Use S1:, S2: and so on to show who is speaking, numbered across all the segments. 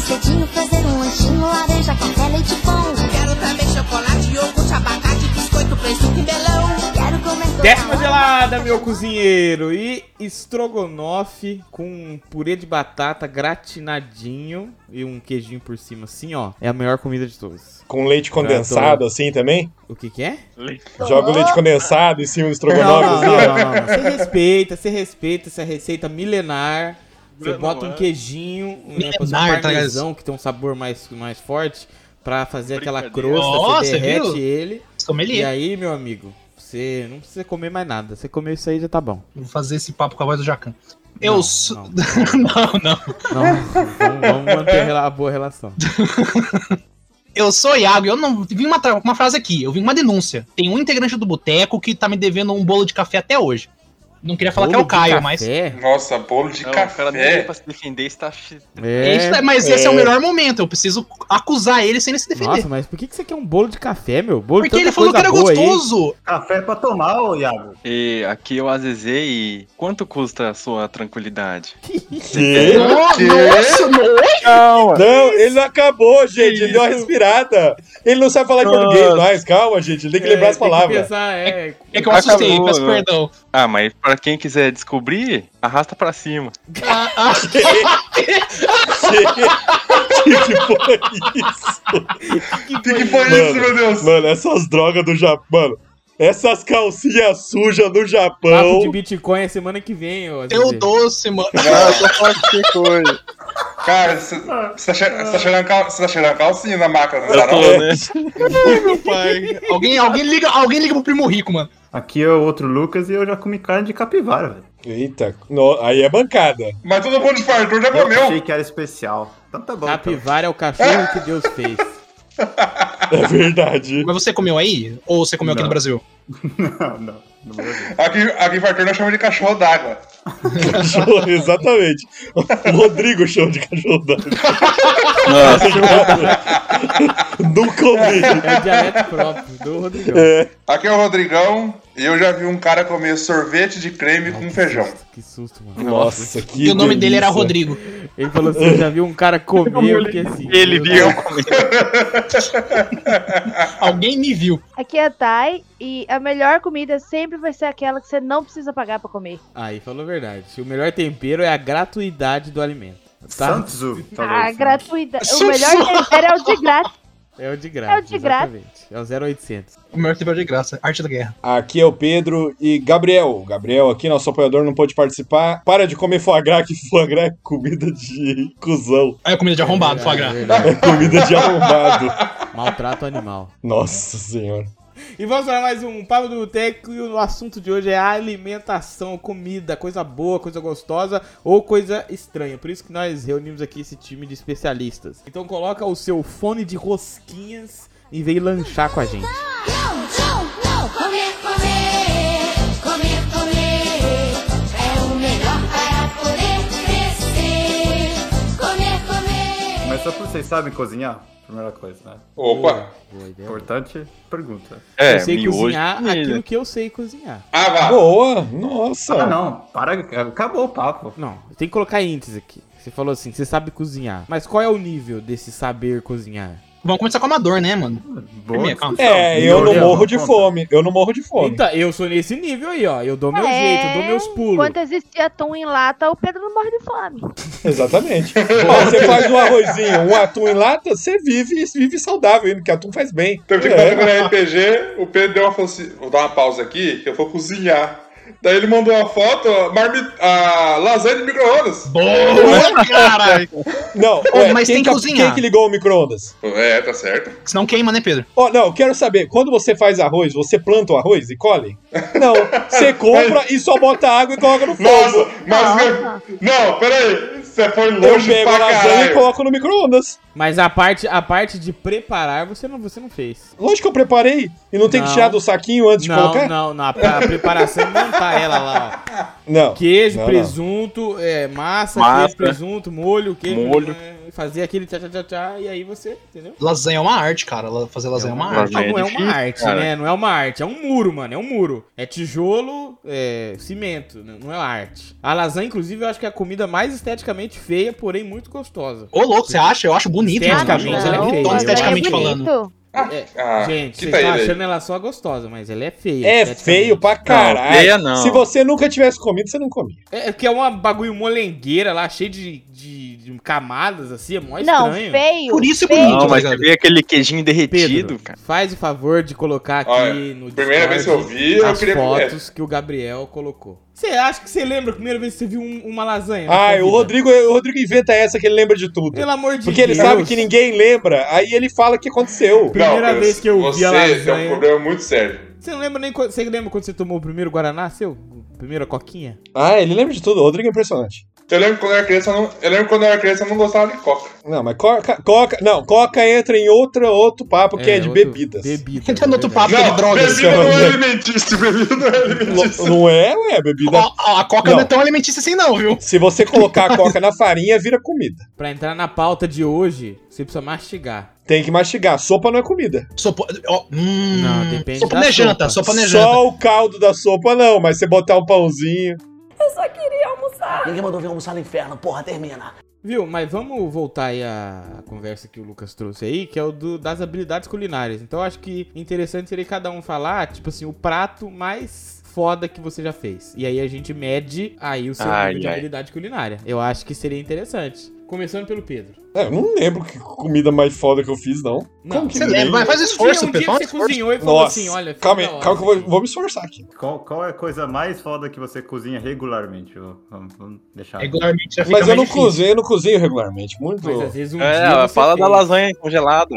S1: cedinho fazer um lanchinho, laranja, café, leite pão.
S2: Quero também chocolate, iogurte, abacate, biscoito, um presunto e melão.
S1: Quero comer toda
S3: Décima
S1: hora.
S3: gelada, meu cozinheiro! E estrogonofe com purê de batata gratinadinho e um queijinho por cima, assim, ó. É a melhor comida de todas.
S4: Com leite condensado, assim também?
S3: O que que é?
S4: Joga o leite condensado em cima do
S3: Não, não, não,
S4: estrogonofe.
S3: não,
S4: assim,
S3: não, não. Você respeita, você respeita essa receita milenar. Você
S5: Não,
S3: bota um
S5: é.
S3: queijinho, um
S6: Milenar,
S3: negócio de
S6: tá
S3: parmesão, que tem um sabor mais, mais forte, pra fazer aquela
S5: Brincadeira.
S3: crosta,
S6: Ó,
S3: você
S6: você viu?
S3: derrete ele.
S6: Como ele
S3: E
S6: é.
S3: aí, meu amigo, você não precisa comer mais nada. Você comer isso aí já tá bom.
S6: Vou fazer esse papo com a voz do Jacan. Eu
S3: Não,
S6: sou.
S3: não.
S6: Não, não.
S3: Não, vamos, vamos manter rela- a boa relação.
S6: Eu sou Iago, eu não vim uma, tra- uma frase aqui, eu vim uma denúncia. Tem um integrante do boteco que tá me devendo um bolo de café até hoje. Não queria falar que é o
S3: Bolo de café?
S6: Caio, mas.
S7: Nossa, bolo de
S5: Não, o cara nem veio
S7: café.
S5: pra se defender está chi-
S3: É.
S6: Esse- mas esse é o
S4: É.
S6: melhor momento, eu preciso acusar ele sem ele se defender.
S3: Nossa, mas por que, que você quer um bolo de café, meu? Bolo de
S6: Porque ele
S3: tanta
S6: falou que
S3: coisa
S6: era
S3: boa aí.
S6: gostoso.
S8: Café pra tomar, ô Iago.
S5: E aqui eu azezei. e Quanto custa a sua tranquilidade?
S4: Que?
S6: No-
S7: quê?
S3: É?
S6: Nossa, no-
S4: Não, ele não acabou, gente. Ele deu uma respirada. Ele não sabe falar em português mais. Calma, gente. Ele tem
S5: É,
S4: que lembrar as
S3: Tem que
S4: palavras.
S3: pensar, é.
S6: É que eu assustei,
S5: Acabou,
S6: peço
S5: né?
S6: perdão.
S5: Ah, mas pra quem quiser descobrir, arrasta pra cima.
S6: Ah, ah,
S4: Gente, que foi isso?
S7: O que, que foi isso,
S4: Mano.
S7: meu Deus?
S4: Mano, essas drogas do Japão. Mano, essas calcinhas sujas do
S3: Papo
S4: Japão.
S3: de Bitcoin é semana que vem, ô.
S6: teu
S3: Zezé.
S6: doce, mano.
S7: Não, eu tô falando que coisa. Cara, você
S4: Ah.
S7: você tá cheirando- você tá cheirando cal- você tá cheirando calcinha na máquina, não tá
S4: É.
S7: não?
S5: né? Meu né, pai.
S6: Alguém, alguém, liga, alguém liga pro primo rico, mano.
S8: Aqui é o outro Lucas e eu já comi carne de capivara, velho.
S4: Eita, no- aí é bancada.
S7: Mas todo mundo de fartura já
S8: Eu
S7: comeu.
S8: achei que era especial. Então tá bom. então.
S3: Capivara é o cachorro que Deus fez.
S4: É verdade.
S6: Mas você comeu aí? Ou você comeu aqui
S8: Não.
S6: no Brasil?
S8: Não, não. não vou ver.
S7: Aqui, aqui em fartura nós chamamos de cachorro d'água.
S4: Cachorro, exatamente. O Rodrigo chama de cachorro d'água. Não comi.
S3: É o dialeto próprio do Rodrigão.
S7: Aqui é o Rodrigão e eu já vi um cara comer sorvete de creme com feijão.
S3: Que susto, mano.
S4: Nossa, que
S6: E o nome dele era
S4: delícia.
S6: Rodrigo.
S3: Ele falou assim: eu já vi um cara comer, eu fiquei assim.
S5: Ele
S3: meu
S5: viu.
S3: Deus.
S6: Alguém me viu.
S9: Aqui é a Thay e a melhor comida sempre vai ser aquela que você não precisa pagar pra comer.
S3: Aí falou a verdade. O melhor tempero é a gratuidade do alimento. Tá?
S8: Sanzu,
S9: Ah,
S8: talvez.
S9: gratuidade.
S6: Su-
S9: O melhor tempero é o de grátis.
S3: É o de graça.
S9: É o de graça.
S3: exatamente. É o 0800.
S6: O melhor tempo é de graça. Arte da guerra.
S4: Aqui é o Pedro e Gabriel. Gabriel aqui, nosso apoiador, não pôde participar. Para de comer foie gras, que foie gras é comida de cuzão.
S6: Aí a comida de arrombado,
S3: É
S6: foie gras.
S3: verdade,
S4: É comida de arrombado.
S3: Maltrato animal.
S4: Nossa senhora.
S3: E vamos para mais um Papo do Boteco e o assunto de hoje é alimentação, comida, coisa boa, coisa gostosa ou coisa estranha. Por isso que nós reunimos aqui esse time de especialistas. Então coloca o seu fone de rosquinhas e vem lanchar com a gente.
S1: Comer, comer, comer, comer é o melhor para poder crescer. Comer, comer.
S8: Mas só pra vocês sabem cozinhar, primeira coisa, né?
S7: Opa!
S3: Boa, boa ideia.
S8: Importante pergunta.
S5: É,
S3: eu sei
S5: miojo.
S3: cozinhar
S5: comida.
S3: aquilo que eu sei cozinhar.
S7: Ah, vá!
S4: Boa! Nossa!
S8: Ah, não. Para. Acabou o papo.
S3: Não, tem que colocar índice aqui. Você falou assim, você sabe cozinhar. Mas qual é o nível desse saber cozinhar?
S6: Vamos começar com a amador, né, mano?
S8: Boa. discussão.
S6: calma.
S4: É, eu não
S8: Miojo,
S4: morro de
S8: conta.
S4: fome. Eu não morro de fome.
S3: Então, eu sou nesse nível aí, ó. Eu dou
S9: É,
S3: meu jeito, eu dou meus pulos.
S9: Enquanto existia atum em lata, o Pedro não morre de fome.
S4: Exatamente. Ó, você faz um arrozinho, um atum em lata, você vive, vive saudável, porque atum faz bem.
S7: Teve Então, que
S4: É.
S7: fazer quando era RPG, o Pedro deu uma falou assim, vou dar uma pausa aqui, que eu vou cozinhar. Daí ele mandou uma foto, ó, marmi... ah, lasanha de micro-ondas.
S6: Boa, cara!
S4: Não,
S6: Ô,
S4: ué,
S6: mas
S4: quem
S6: tem que
S4: ca-
S6: cozinhar.
S4: Quem que ligou o micro-ondas?
S7: É, tá certo.
S6: Senão queima, né, Pedro?
S4: Ó, não, eu quero saber, quando você faz arroz, você planta o arroz e colhe? Não, você compra e só bota água e coloca no
S7: Nossa,
S4: fogo.
S7: mas... Não, peraí. Você foi
S4: Eu
S7: longe
S4: pego a
S7: pra
S4: lasanha e
S7: caralho.
S4: coloco no micro-ondas.
S3: Mas a parte, a parte de preparar você não, você não fez.
S4: Lógico que eu preparei e não tem que
S3: Não.
S4: tirar do saquinho antes de
S3: Não,
S4: colocar?
S3: não, na a preparação é montar ela lá, ó.
S4: Não.
S3: Queijo,
S4: Não, não.
S3: presunto, é, massa,
S5: Massa.
S3: queijo, presunto, molho, queijo.
S5: Molho.
S3: é, e fazer aquele tchá tchá tchá tchá, e aí você, entendeu?
S6: Lasanha é uma arte, cara. La- Fazer lasanha é uma, arte.
S5: Lasanha
S3: Ah, não é
S5: difícil,
S3: uma arte,
S5: cara.
S3: né? Não é uma arte, é um muro, mano. É um muro. É tijolo, é cimento, n- não é arte. A lasanha, inclusive, eu acho que é a comida mais esteticamente feia, porém muito gostosa.
S6: Ô, louco, você acha? Eu acho bonito. mano.
S3: Esteticamente,
S9: Ah,
S6: Eu acho
S3: ela é
S6: bonitona
S3: feia, eu
S6: esteticamente
S3: acho bonita.
S6: falando.
S7: Ah,
S3: É, Gente,
S7: que
S3: vocês estão
S7: tá ele aí.
S3: achando ela só gostosa, mas ela é feia.
S4: É
S3: esteticamente.
S4: feio pra caralho.
S5: feia não.
S4: Se você nunca tivesse comido, você não comia.
S3: É porque é uma bagulho molengueira lá, cheio de, de, de camadas, assim, é mó
S9: Não,
S3: estranho.
S9: feio.
S6: Por isso é
S9: feio.
S6: bonito.
S5: Não, mas
S6: tá
S5: você
S6: ligado?
S5: vê aquele queijinho derretido,
S3: Pedro,
S5: cara.
S3: faz o favor de colocar aqui
S7: Olha,
S3: no
S7: primeira vez que eu vi, eu
S3: as
S7: queria comer.
S3: fotos que o Gabriel colocou. Você acha que você lembra a primeira vez que você viu um- uma lasanha? na sua
S4: Ah, o
S3: vida?
S4: Rodrigo, o Rodrigo inventa essa que ele lembra de tudo.
S3: Pelo amor de
S4: Porque ele
S3: Deus.
S4: sabe que ninguém lembra, aí ele fala o que aconteceu.
S3: Primeira
S7: Deus,
S3: vez que eu vi a
S7: Você tem
S3: lasanha.
S7: um problema muito sério.
S3: Você não lembra nem quando. Você lembra quando você tomou o primeiro Guaraná seu? Primeira coquinha?
S4: Ah, ele lembra de tudo. O Rodrigo é impressionante.
S7: Eu lembro quando eu era criança, eu, não, eu lembro quando eu era criança eu não gostava de coca.
S4: Não, mas coca, coca, não, coca entra em outra, outro papo que é, de
S3: outro-
S4: bebidas.
S3: Bebidas.
S6: Entra no outro
S3: é
S6: papo.
S3: verdade.
S6: Porque
S7: Não,
S6: drogas,
S7: bebida não é
S4: né?
S7: alimentício, bebida não é alimentício.
S4: Lo- Não é, ué, bebida.
S6: Ó, ó, a coca não.
S4: Não.
S6: é tão alimentícia assim, não, viu?
S4: Se você colocar a coca na farinha, vira comida.
S3: Pra entrar na pauta de hoje, você precisa mastigar.
S4: Tem que mastigar. Sopa não é comida.
S6: Sopa. ó, hum,
S3: Não, depende
S6: Sopa
S3: da
S6: não é janta,
S3: sopa.
S6: sopa não é janta.
S4: Só o caldo da sopa não, mas você botar um pãozinho.
S10: Ninguém mandou vir almoçar no inferno, porra, termina.
S3: Viu? Mas vamos voltar aí à conversa que o Lucas trouxe aí, que é o do- das habilidades culinárias. Então eu acho que interessante seria cada um falar, tipo assim, o prato mais foda que você já fez. E aí a gente mede aí o seu
S5: Ai,
S3: nível de
S5: ai.
S3: habilidade culinária. Eu acho que seria interessante. Começando pelo Pedro.
S4: É, eu não lembro que comida mais foda que eu fiz, não.
S3: Não,
S4: um que
S6: Você
S4: nem-
S6: lembra, mas faz o esforço,
S3: um dia, um dia
S6: pessoal.
S3: que você cozinhou e falou
S4: Nossa,
S3: assim, olha... fica
S4: calma aí,
S3: da hora.
S4: calma que eu vou, vou me esforçar aqui.
S8: Qual, qual é a coisa mais foda que você cozinha regularmente? Vamos, vamos- vamos deixar.
S6: Regularmente já fica
S4: Mas eu
S6: mais
S4: não
S6: difícil.
S4: cozinho, eu não cozinho regularmente. Muito.
S3: Mas às vezes um dia
S5: É,
S3: você
S5: fala da
S3: fez.
S5: lasanha congelada.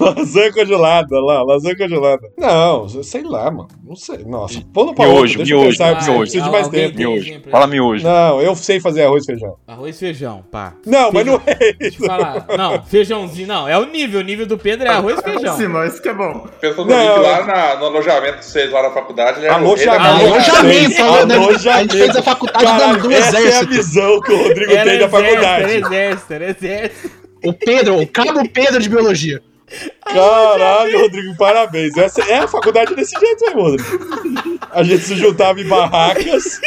S4: Lasanha congelada lá, lasanha congelada. Não, sei lá, mano. Não sei. Nossa, pô no pau.
S5: Miojo,
S4: deixa eu
S5: miojo,
S4: pensar, porque eu
S5: miojo.
S4: preciso de mais
S3: Alguém
S4: tempo.
S3: tem
S5: Miojo.
S3: exemplo aí?
S5: Fala miojo.
S4: Não, eu sei fazer arroz e feijão.
S3: Arroz e feijão, pá.
S4: Não, mas não é
S3: Deixa eu falar. Não, feijãozinho, não. É o nível. O nível do Pedro é arroz e feijão.
S8: Sim, mas isso que é bom.
S7: Pedro todo
S4: Não.
S7: domingo lá na- no alojamento de vocês lá na faculdade, ele era o rei da
S6: Ah,
S4: Alojamento.
S6: Alojamento, né?
S4: Alojamento.
S6: A gente fez a faculdade
S4: Caralho,
S6: Tá do
S4: essa é a
S6: exército.
S4: visão que o Rodrigo tem da faculdade.
S3: exército, era exército.
S6: O Pedro, o cabo Pedro de biologia.
S4: Caralho, Rodrigo, parabéns. Essa é a faculdade desse jeito mesmo, Rodrigo. A gente se juntava em barracas,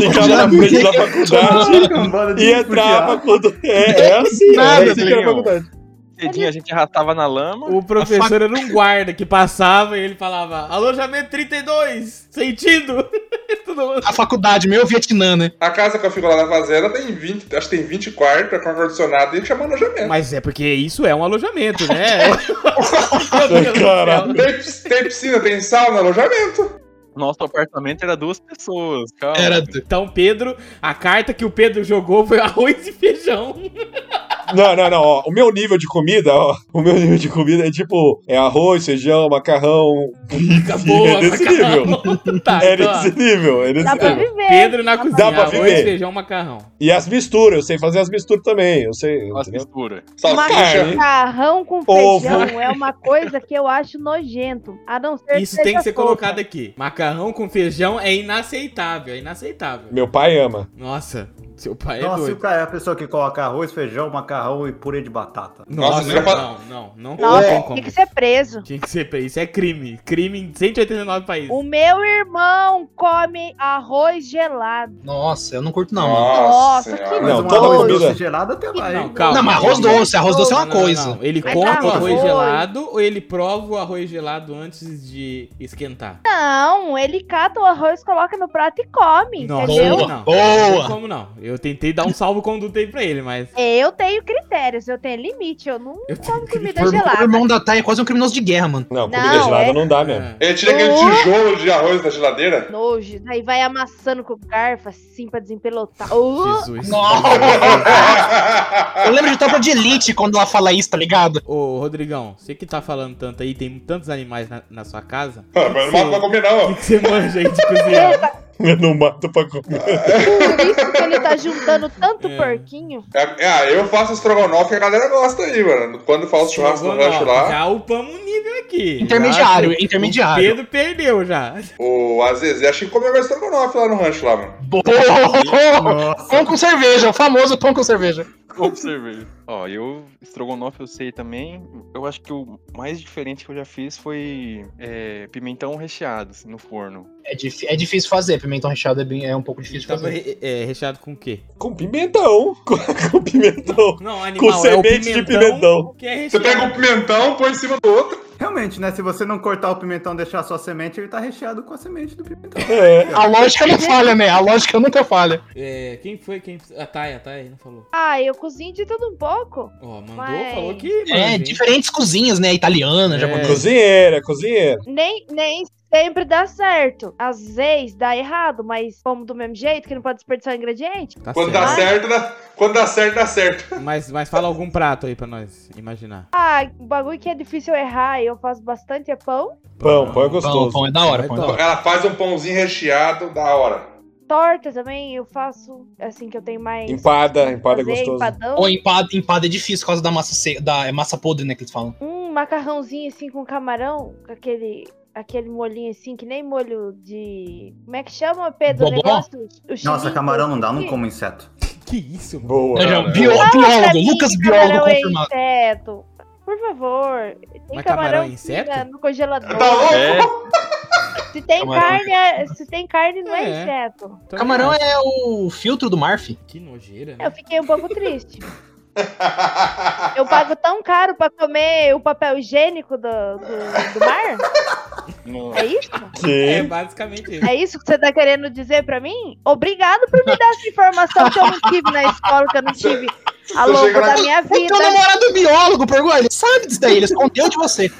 S4: ficava na frente da faculdade
S8: Bora
S4: e entrava quando. É, é assim,
S8: Ah,
S5: Nada, tá
S4: é assim que era a
S5: Rodrigão.
S4: faculdade.
S5: Cedinho a gente arrastava na lama.
S3: O professor era um guarda que passava e ele falava: Alojamento 32, sentido. Todo mundo-
S6: A faculdade, meu Vietnã, né?
S7: A casa que eu fico lá na fazenda tem 20, acho que tem 20 quartos, é com ar-condicionado e chama alojamento.
S3: Mas é porque isso é um alojamento, né? Meu Deus do céu.
S4: Caralho.
S7: Tem, pis- tem piscina, tem sauna, alojamento.
S5: Nosso apartamento era duas pessoas.
S4: Ah,
S5: Calma.
S6: Era.
S3: Então, Pedro, a carta que o Pedro jogou foi arroz e feijão.
S4: Não, não, não. ó, o meu nível de comida, ó. O meu nível de comida é tipo: é arroz, feijão, macarrão.
S3: Fica boa,
S4: é desse nível.
S3: nível. Tá,
S4: É
S3: então, ó,
S4: nesse nível, é nesse
S9: Dá pra
S4: nível.
S9: viver.
S3: Pedro na cozinha,
S4: Dá pra
S3: arroz,
S4: viver.
S3: feijão, macarrão.
S4: E as misturas, eu sei fazer as misturas também. Eu sei.
S5: Nossa
S4: entendeu?
S5: mistura.
S7: Salsicha.
S4: carne.
S9: Macarrão com
S4: Ovo.
S9: feijão é uma coisa que eu acho nojento. A não ser
S3: Isso tem
S9: seja
S3: que ser
S9: sopa.
S3: colocado aqui. Macarrão com feijão é inaceitável, é inaceitável.
S4: Meu pai ama.
S3: Nossa, seu pai é
S8: Nossa, e o
S3: doido.
S8: cara é a pessoa que coloca arroz, feijão, macarrão e purê de batata.
S7: Nossa,
S3: não,
S7: meu pai-
S3: não, não, não,
S9: Nossa,
S3: tem
S9: tem
S3: como.
S9: que ser preso.
S3: Tinha que ser, isso é crime. Crime em 189 países.
S9: O meu irmão come arroz gelado.
S6: Nossa, eu não curto, não. mano.
S7: Nossa,
S9: Nossa,
S7: senhora.
S9: que
S4: Não,
S8: um
S4: toda
S8: arroz
S4: comida-
S8: doce gelado até vai.
S3: Não,
S8: hein?
S3: calma.
S4: Ah,
S6: Não, mas arroz doce, arroz doce é uma coisa.
S3: Ele
S9: Mas
S3: compra o arroz
S9: arroz.
S3: gelado ou ele prova o arroz gelado antes de esquentar?
S9: Não, ele cata o arroz, coloca no prato e come,
S3: Nossa,
S9: entendeu?
S6: Boa,
S3: não. Não tem
S6: boa.
S3: como não? Eu tentei dar um salvo conduto aí pra ele, mas.
S9: Eu tenho critérios, eu tenho limite, eu não
S3: Eu
S9: como comida
S6: O irmão- o
S9: gelada.
S6: irmão da Thay é quase um criminoso de guerra, mano.
S4: Não, comida
S9: Não,
S4: gelada
S9: é-
S4: não dá mesmo.
S3: É.
S7: Ele tira aquele
S9: Oh.
S7: tijolo de arroz da geladeira.
S9: Nojo, daí vai amassando com o garfo assim pra desempelotar. Uh,
S3: Jesus.
S6: Eu lembro de tropa de elite quando ela fala isso, tá ligado?
S3: Ô, Rodrigão, você que tá falando tanto aí, tem tantos animais na, na sua casa.
S7: Ah, Mas não mata pra comer,
S3: O que
S7: não.
S3: que você manja aí de cozinhar?
S4: Eu não mato pra
S6: É.
S4: comer.
S9: por isso que ele tá juntando tanto
S3: É.
S9: porquinho.
S7: É, ah, eu faço estrogonofe e a galera gosta aí, mano. Quando faz churrasco no rancho
S3: Estrogonofe,
S7: lá,
S3: Já upamos um nível aqui.
S6: Intermediário,
S3: Já-
S6: intermediário.
S3: O Pedro perdeu já.
S7: o Azezé acho que comeu mais estrogonofe lá no rancho lá, mano.
S6: Boa.
S8: Nossa.
S6: Pão com cerveja, o famoso pão com cerveja.
S5: Como cerveja. Ó, eu, estrogonofe eu sei também. Eu acho que o mais diferente que eu já fiz foi é, pimentão recheado, assim, no forno.
S6: É, dif- é difícil fazer, pimentão recheado é, bem- é um pouco difícil de fazer.
S3: Re- é, recheado com o quê?
S4: Com pimentão. Com, com pimentão.
S3: Não,
S4: Com
S3: animal, é o
S4: semente de pimentão.
S3: Que é
S7: Você
S3: recheado.
S7: pega um pimentão, põe em cima do outro.
S8: Realmente, né? Se você não cortar o pimentão e deixar só a semente, ele tá recheado com a semente do pimentão.
S4: É.
S6: A lógica não falha, né? A lógica nunca falha.
S3: É, quem foi? Quem... A Thay, a Thay não falou.
S9: Ah, eu cozinho de tudo um pouco.
S3: Ó, mandou,
S9: Mas-
S3: falou que.
S6: É,
S3: manja, hein?
S6: diferentes cozinhas, né? Italiana,
S3: É.
S6: japonesa.
S4: Cozinheira, cozinheira.
S9: Nem, nem sempre dá certo. Às vezes dá errado, mas como do mesmo jeito, que não pode desperdiçar ingrediente.
S3: Tá
S7: Quando
S3: certo.
S7: dá certo, dá... quando dá certo, dá certo.
S3: Mas, mas fala algum prato aí pra nós imaginar.
S9: Ah, o bagulho que é difícil eu errar e eu faço bastante é pão.
S4: Pão, pão é
S6: Pão,
S4: gostoso.
S6: pão é da
S3: Vai
S6: hora, pão. é da
S3: dar.
S6: hora.
S7: Ela faz um pãozinho recheado, da hora.
S9: Torta também eu faço, assim, que eu tenho mais...
S4: Empada, empada é
S9: fazer,
S4: gostoso.
S9: Empadão.
S6: Ou empada, empada é difícil por causa da massa seca, da é massa podre, né, que eles falam.
S9: Um macarrãozinho, assim, com camarão, com aquele... Aquele molhinho assim, que nem molho de. Como é que chama, Pedro? O
S6: Bobó?
S9: negócio? O
S8: Nossa,
S9: chimito.
S8: camarão não dá, não
S9: Que-
S8: como inseto.
S3: Que isso, mano?
S4: Boa.
S6: Eu já-
S4: cara.
S6: bio-
S9: Fala pra
S6: biólogo,
S9: mim
S6: Lucas
S9: que
S6: biólogo
S9: camarão é
S6: confirmado.
S9: inseto. Por favor. Tem
S3: Mas camarão
S9: camarão,
S3: é
S9: que
S3: inseto?
S9: fica no congelador.
S7: Tá louco?
S5: É,
S9: Se tem
S6: Camarão.
S9: carne, é- se tem carne não é,
S3: É.
S9: inseto.
S3: Então,
S6: Camarão é o filtro do mar, fi.
S3: Que nojeira, né?
S9: Eu fiquei um pouco triste. Eu pago tão caro pra comer o papel higiênico do, do, do mar?
S5: no-
S9: É isso?
S3: É
S4: Sim.
S3: basicamente isso.
S9: É isso que você tá querendo dizer pra mim? Obrigado por me dar essa informação que eu não tive na escola, que eu não tive ao
S7: Você
S9: longo
S7: chega na-
S9: da minha vida.
S6: Então, namorado biólogo, pergunta. Ele sabe disso daí, ele escondeu de você.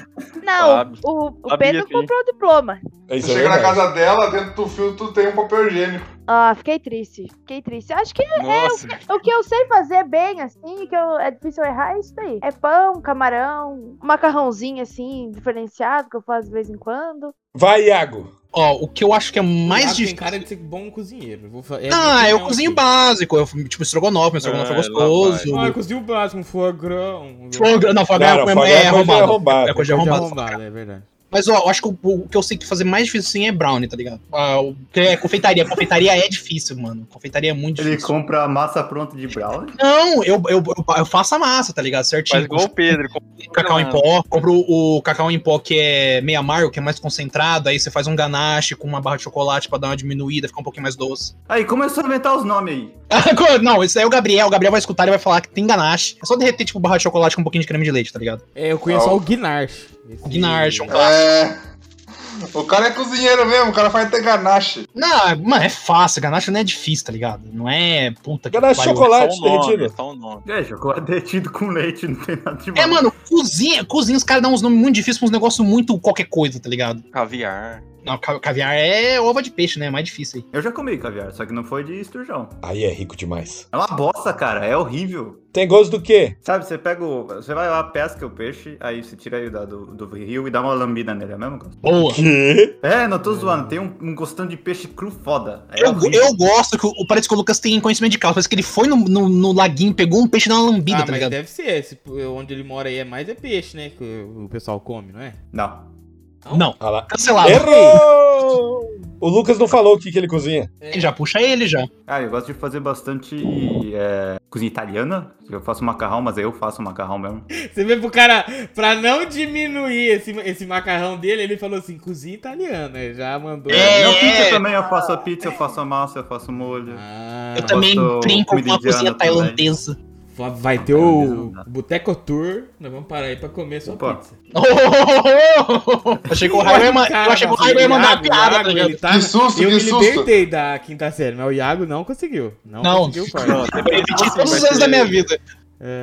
S9: Não,
S5: Sabe.
S9: o, o
S5: Sabia,
S9: Pedro
S5: filho.
S9: comprou o diploma.
S4: É isso
S7: Você
S4: é
S7: chega na
S4: verdade.
S7: casa dela, dentro do filtro tem um papel higiênico.
S9: Ah, fiquei triste. Fiquei triste. Acho que
S5: nossa,
S9: o que eu sei fazer bem, assim, que eu- é difícil eu errar, é isso daí. É pão, camarão, macarrãozinho, assim, diferenciado, que eu faço de vez em quando.
S4: Vai, Iago.
S6: Ó, o que eu acho que é mais
S3: Ah,
S6: difícil.
S3: Tem cara de ser bom cozinheiro. Vou fa- é minha
S6: Ah,
S3: opinião
S6: eu cozinho
S3: aqui.
S6: básico. Eu, tipo, estrogonofe, meu estrogonofe é
S5: Ah, lá
S6: gostoso.
S3: Ah, eu cozinho básico, um foie gras. Um...
S6: Foie gras- Não, foie gras
S4: Cara,
S6: é-
S4: foie
S6: é,
S4: gras é coisa de
S6: arrombado.
S4: arrombado.
S6: É coisa de
S3: Coisa
S6: arrombado.
S3: arrombada, é verdade.
S6: Mas, ó, eu acho que o, o que eu sei que fazer mais difícil sim é brownie, tá ligado? Ah, o que é confeitaria. Confeitaria é difícil, mano. Confeitaria é muito
S8: Ele
S6: difícil.
S8: compra a massa pronta de brownie.
S6: Não, eu, eu, eu- eu faço a massa, tá ligado? Certinho.
S5: faz igual o Pedro. com-
S6: Cacau em pó, compro o cacau em pó que é meio amargo, que é mais concentrado, aí você faz um ganache com uma barra de chocolate pra dar uma diminuída, ficar um pouquinho mais doce.
S8: Aí, começou a inventar os nomes aí.
S6: Não, isso aí é o Gabriel, o Gabriel vai escutar e vai falar que tem ganache. É só derreter, tipo, barra de chocolate com um pouquinho de creme de leite, tá ligado?
S3: É, eu conheço
S7: Ah,
S3: só
S7: o-
S3: o Guinarche. Esse-
S6: Guinarche, um clássico.
S7: É. O cara é cozinheiro mesmo, o cara faz até ganache.
S6: Não, mano, é fácil, ganache não é difícil, tá ligado? Não é puta que um
S4: Ganache de
S6: pariu.
S5: Só
S4: chocolate
S5: o um nome,
S4: derretido.
S5: só o nome.
S8: É, chocolate derretido com leite, não tem nada de
S6: É, mano, cozinha, cozinha, os caras dão uns nomes muito difíceis pra uns negócios muito qualquer coisa, tá ligado?
S5: Caviar.
S6: Não, ca- caviar é ova de peixe, né? É mais difícil aí.
S8: Eu já comi caviar, só que não foi de esturjão.
S4: Aí é rico demais.
S8: É uma bosta, cara, é horrível.
S4: Tem gosto do quê?
S8: Sabe, você pega o. Você vai lá, pesca o peixe, aí você tira ele da- do, do rio e dá uma lambida nele, é mesmo? gosto?
S6: Boa.
S4: Que?
S8: É, não tô zoando, tem um, um gostão de peixe cru foda. É
S6: Eu,
S8: horrível.
S6: eu gosto que o, parece que o Lucas tem conhecimento de causa. Parece que ele foi no, no, no laguinho, pegou um peixe e deu uma lambida,
S3: Ah,
S6: tá
S3: mas
S6: ligado?
S3: deve ser. Esse, onde ele mora aí é mais é peixe, né? Que o o pessoal come, não é?
S8: Não.
S6: Não,
S4: Ah lá.
S6: cancelado.
S4: Errou! O Lucas não falou o que, que ele cozinha.
S6: Ele Já puxa ele já.
S8: Ah, eu gosto de fazer bastante é, cozinha italiana. Eu faço macarrão, mas eu faço macarrão mesmo. Então,
S3: Você vê pro cara, pra não diminuir esse, esse macarrão dele, ele falou assim: cozinha italiana. Ele já mandou.
S6: É.
S8: Não, pizza também, eu faço a pizza, eu faço a massa, eu faço o molho.
S3: Ah,
S6: Eu também
S8: gosto
S6: brinco com
S8: comida
S6: uma cozinha
S8: indiana também.
S6: tailandesa.
S3: vai ter o Boteco Tour. Nós vamos parar aí pra comer sua
S8: Opa.
S3: pizza.
S6: achei que o Raio ia ma- Oh! eu achei que o Raio ia mandar piada, tá ligado?
S3: tá?
S7: Que susto,
S3: eu
S7: que
S3: me
S7: susto.
S3: libertei da quinta série, mas o Iago não conseguiu. Não,
S6: Não.
S3: conseguiu, pai.
S5: Não,
S6: Eu repeti todos os anos da minha vida.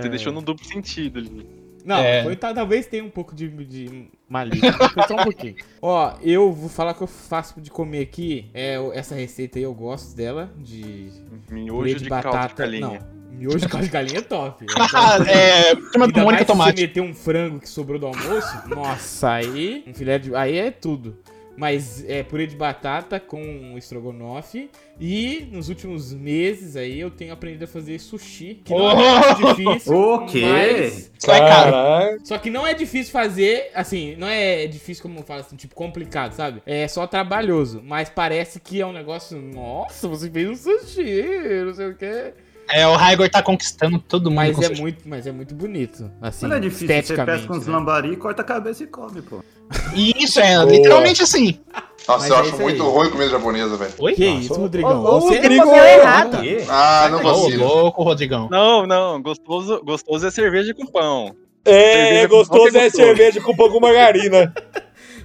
S5: Você deixou no duplo sentido ali.
S3: Não,
S6: É.
S3: foi- tá- talvez tenha um pouco de, de malícia. Foi só um pouquinho. Ó, eu vou falar que eu faço de comer aqui. É, o- essa receita aí eu gosto dela. De purê
S5: Miojo de, caldo de galinha.
S3: Não, miojo de caldo de galinha é top. É
S6: Ah,
S3: top.
S6: é, chama
S3: Ainda
S6: do Mônica
S3: mais se você
S6: Tomate.
S3: meter um frango que sobrou do almoço, nossa, aí um filé de... Aí é tudo. Mas é purê de batata com estrogonofe. E nos últimos meses aí eu tenho aprendido a fazer sushi. Que não
S6: Oh!
S3: é muito difícil.
S8: O quê?
S3: mas-
S6: Vai, cara.
S4: Caraca.
S3: Só que não é difícil fazer, assim, não é difícil como fala assim, tipo, complicado, sabe? É só trabalhoso. Mas parece que é um negócio, nossa, você fez um sushi, não sei o quê.
S6: É, o Raigor tá conquistando todo mundo.
S3: Mas
S6: com
S3: é
S6: seu-
S3: muito, mas é muito bonito. Assim,
S8: Não é difícil, você
S3: esteticamente.
S8: pesca uns
S3: né?
S8: lambari, corta a cabeça e come, pô.
S6: E isso é
S7: Boa.
S6: literalmente assim.
S7: Nossa,
S3: Mas
S7: eu
S3: é
S7: acho
S3: isso aí.
S7: muito ruim comida japonesa, velho.
S6: Oi?
S3: Que isso, Rodrigão?
S9: Ô, ô,
S3: Você-
S9: Rodrigo deu errado.
S8: Quê?
S7: Ah, não
S6: Ô,
S7: vacilo.
S6: é louco, Rodrigão.
S5: Não, não, gostoso, gostoso é cerveja com pão.
S4: É,
S5: Cerveja
S4: é
S5: com
S4: gostoso
S5: pão é
S4: é
S5: gostoso.
S4: cerveja com pão com margarina.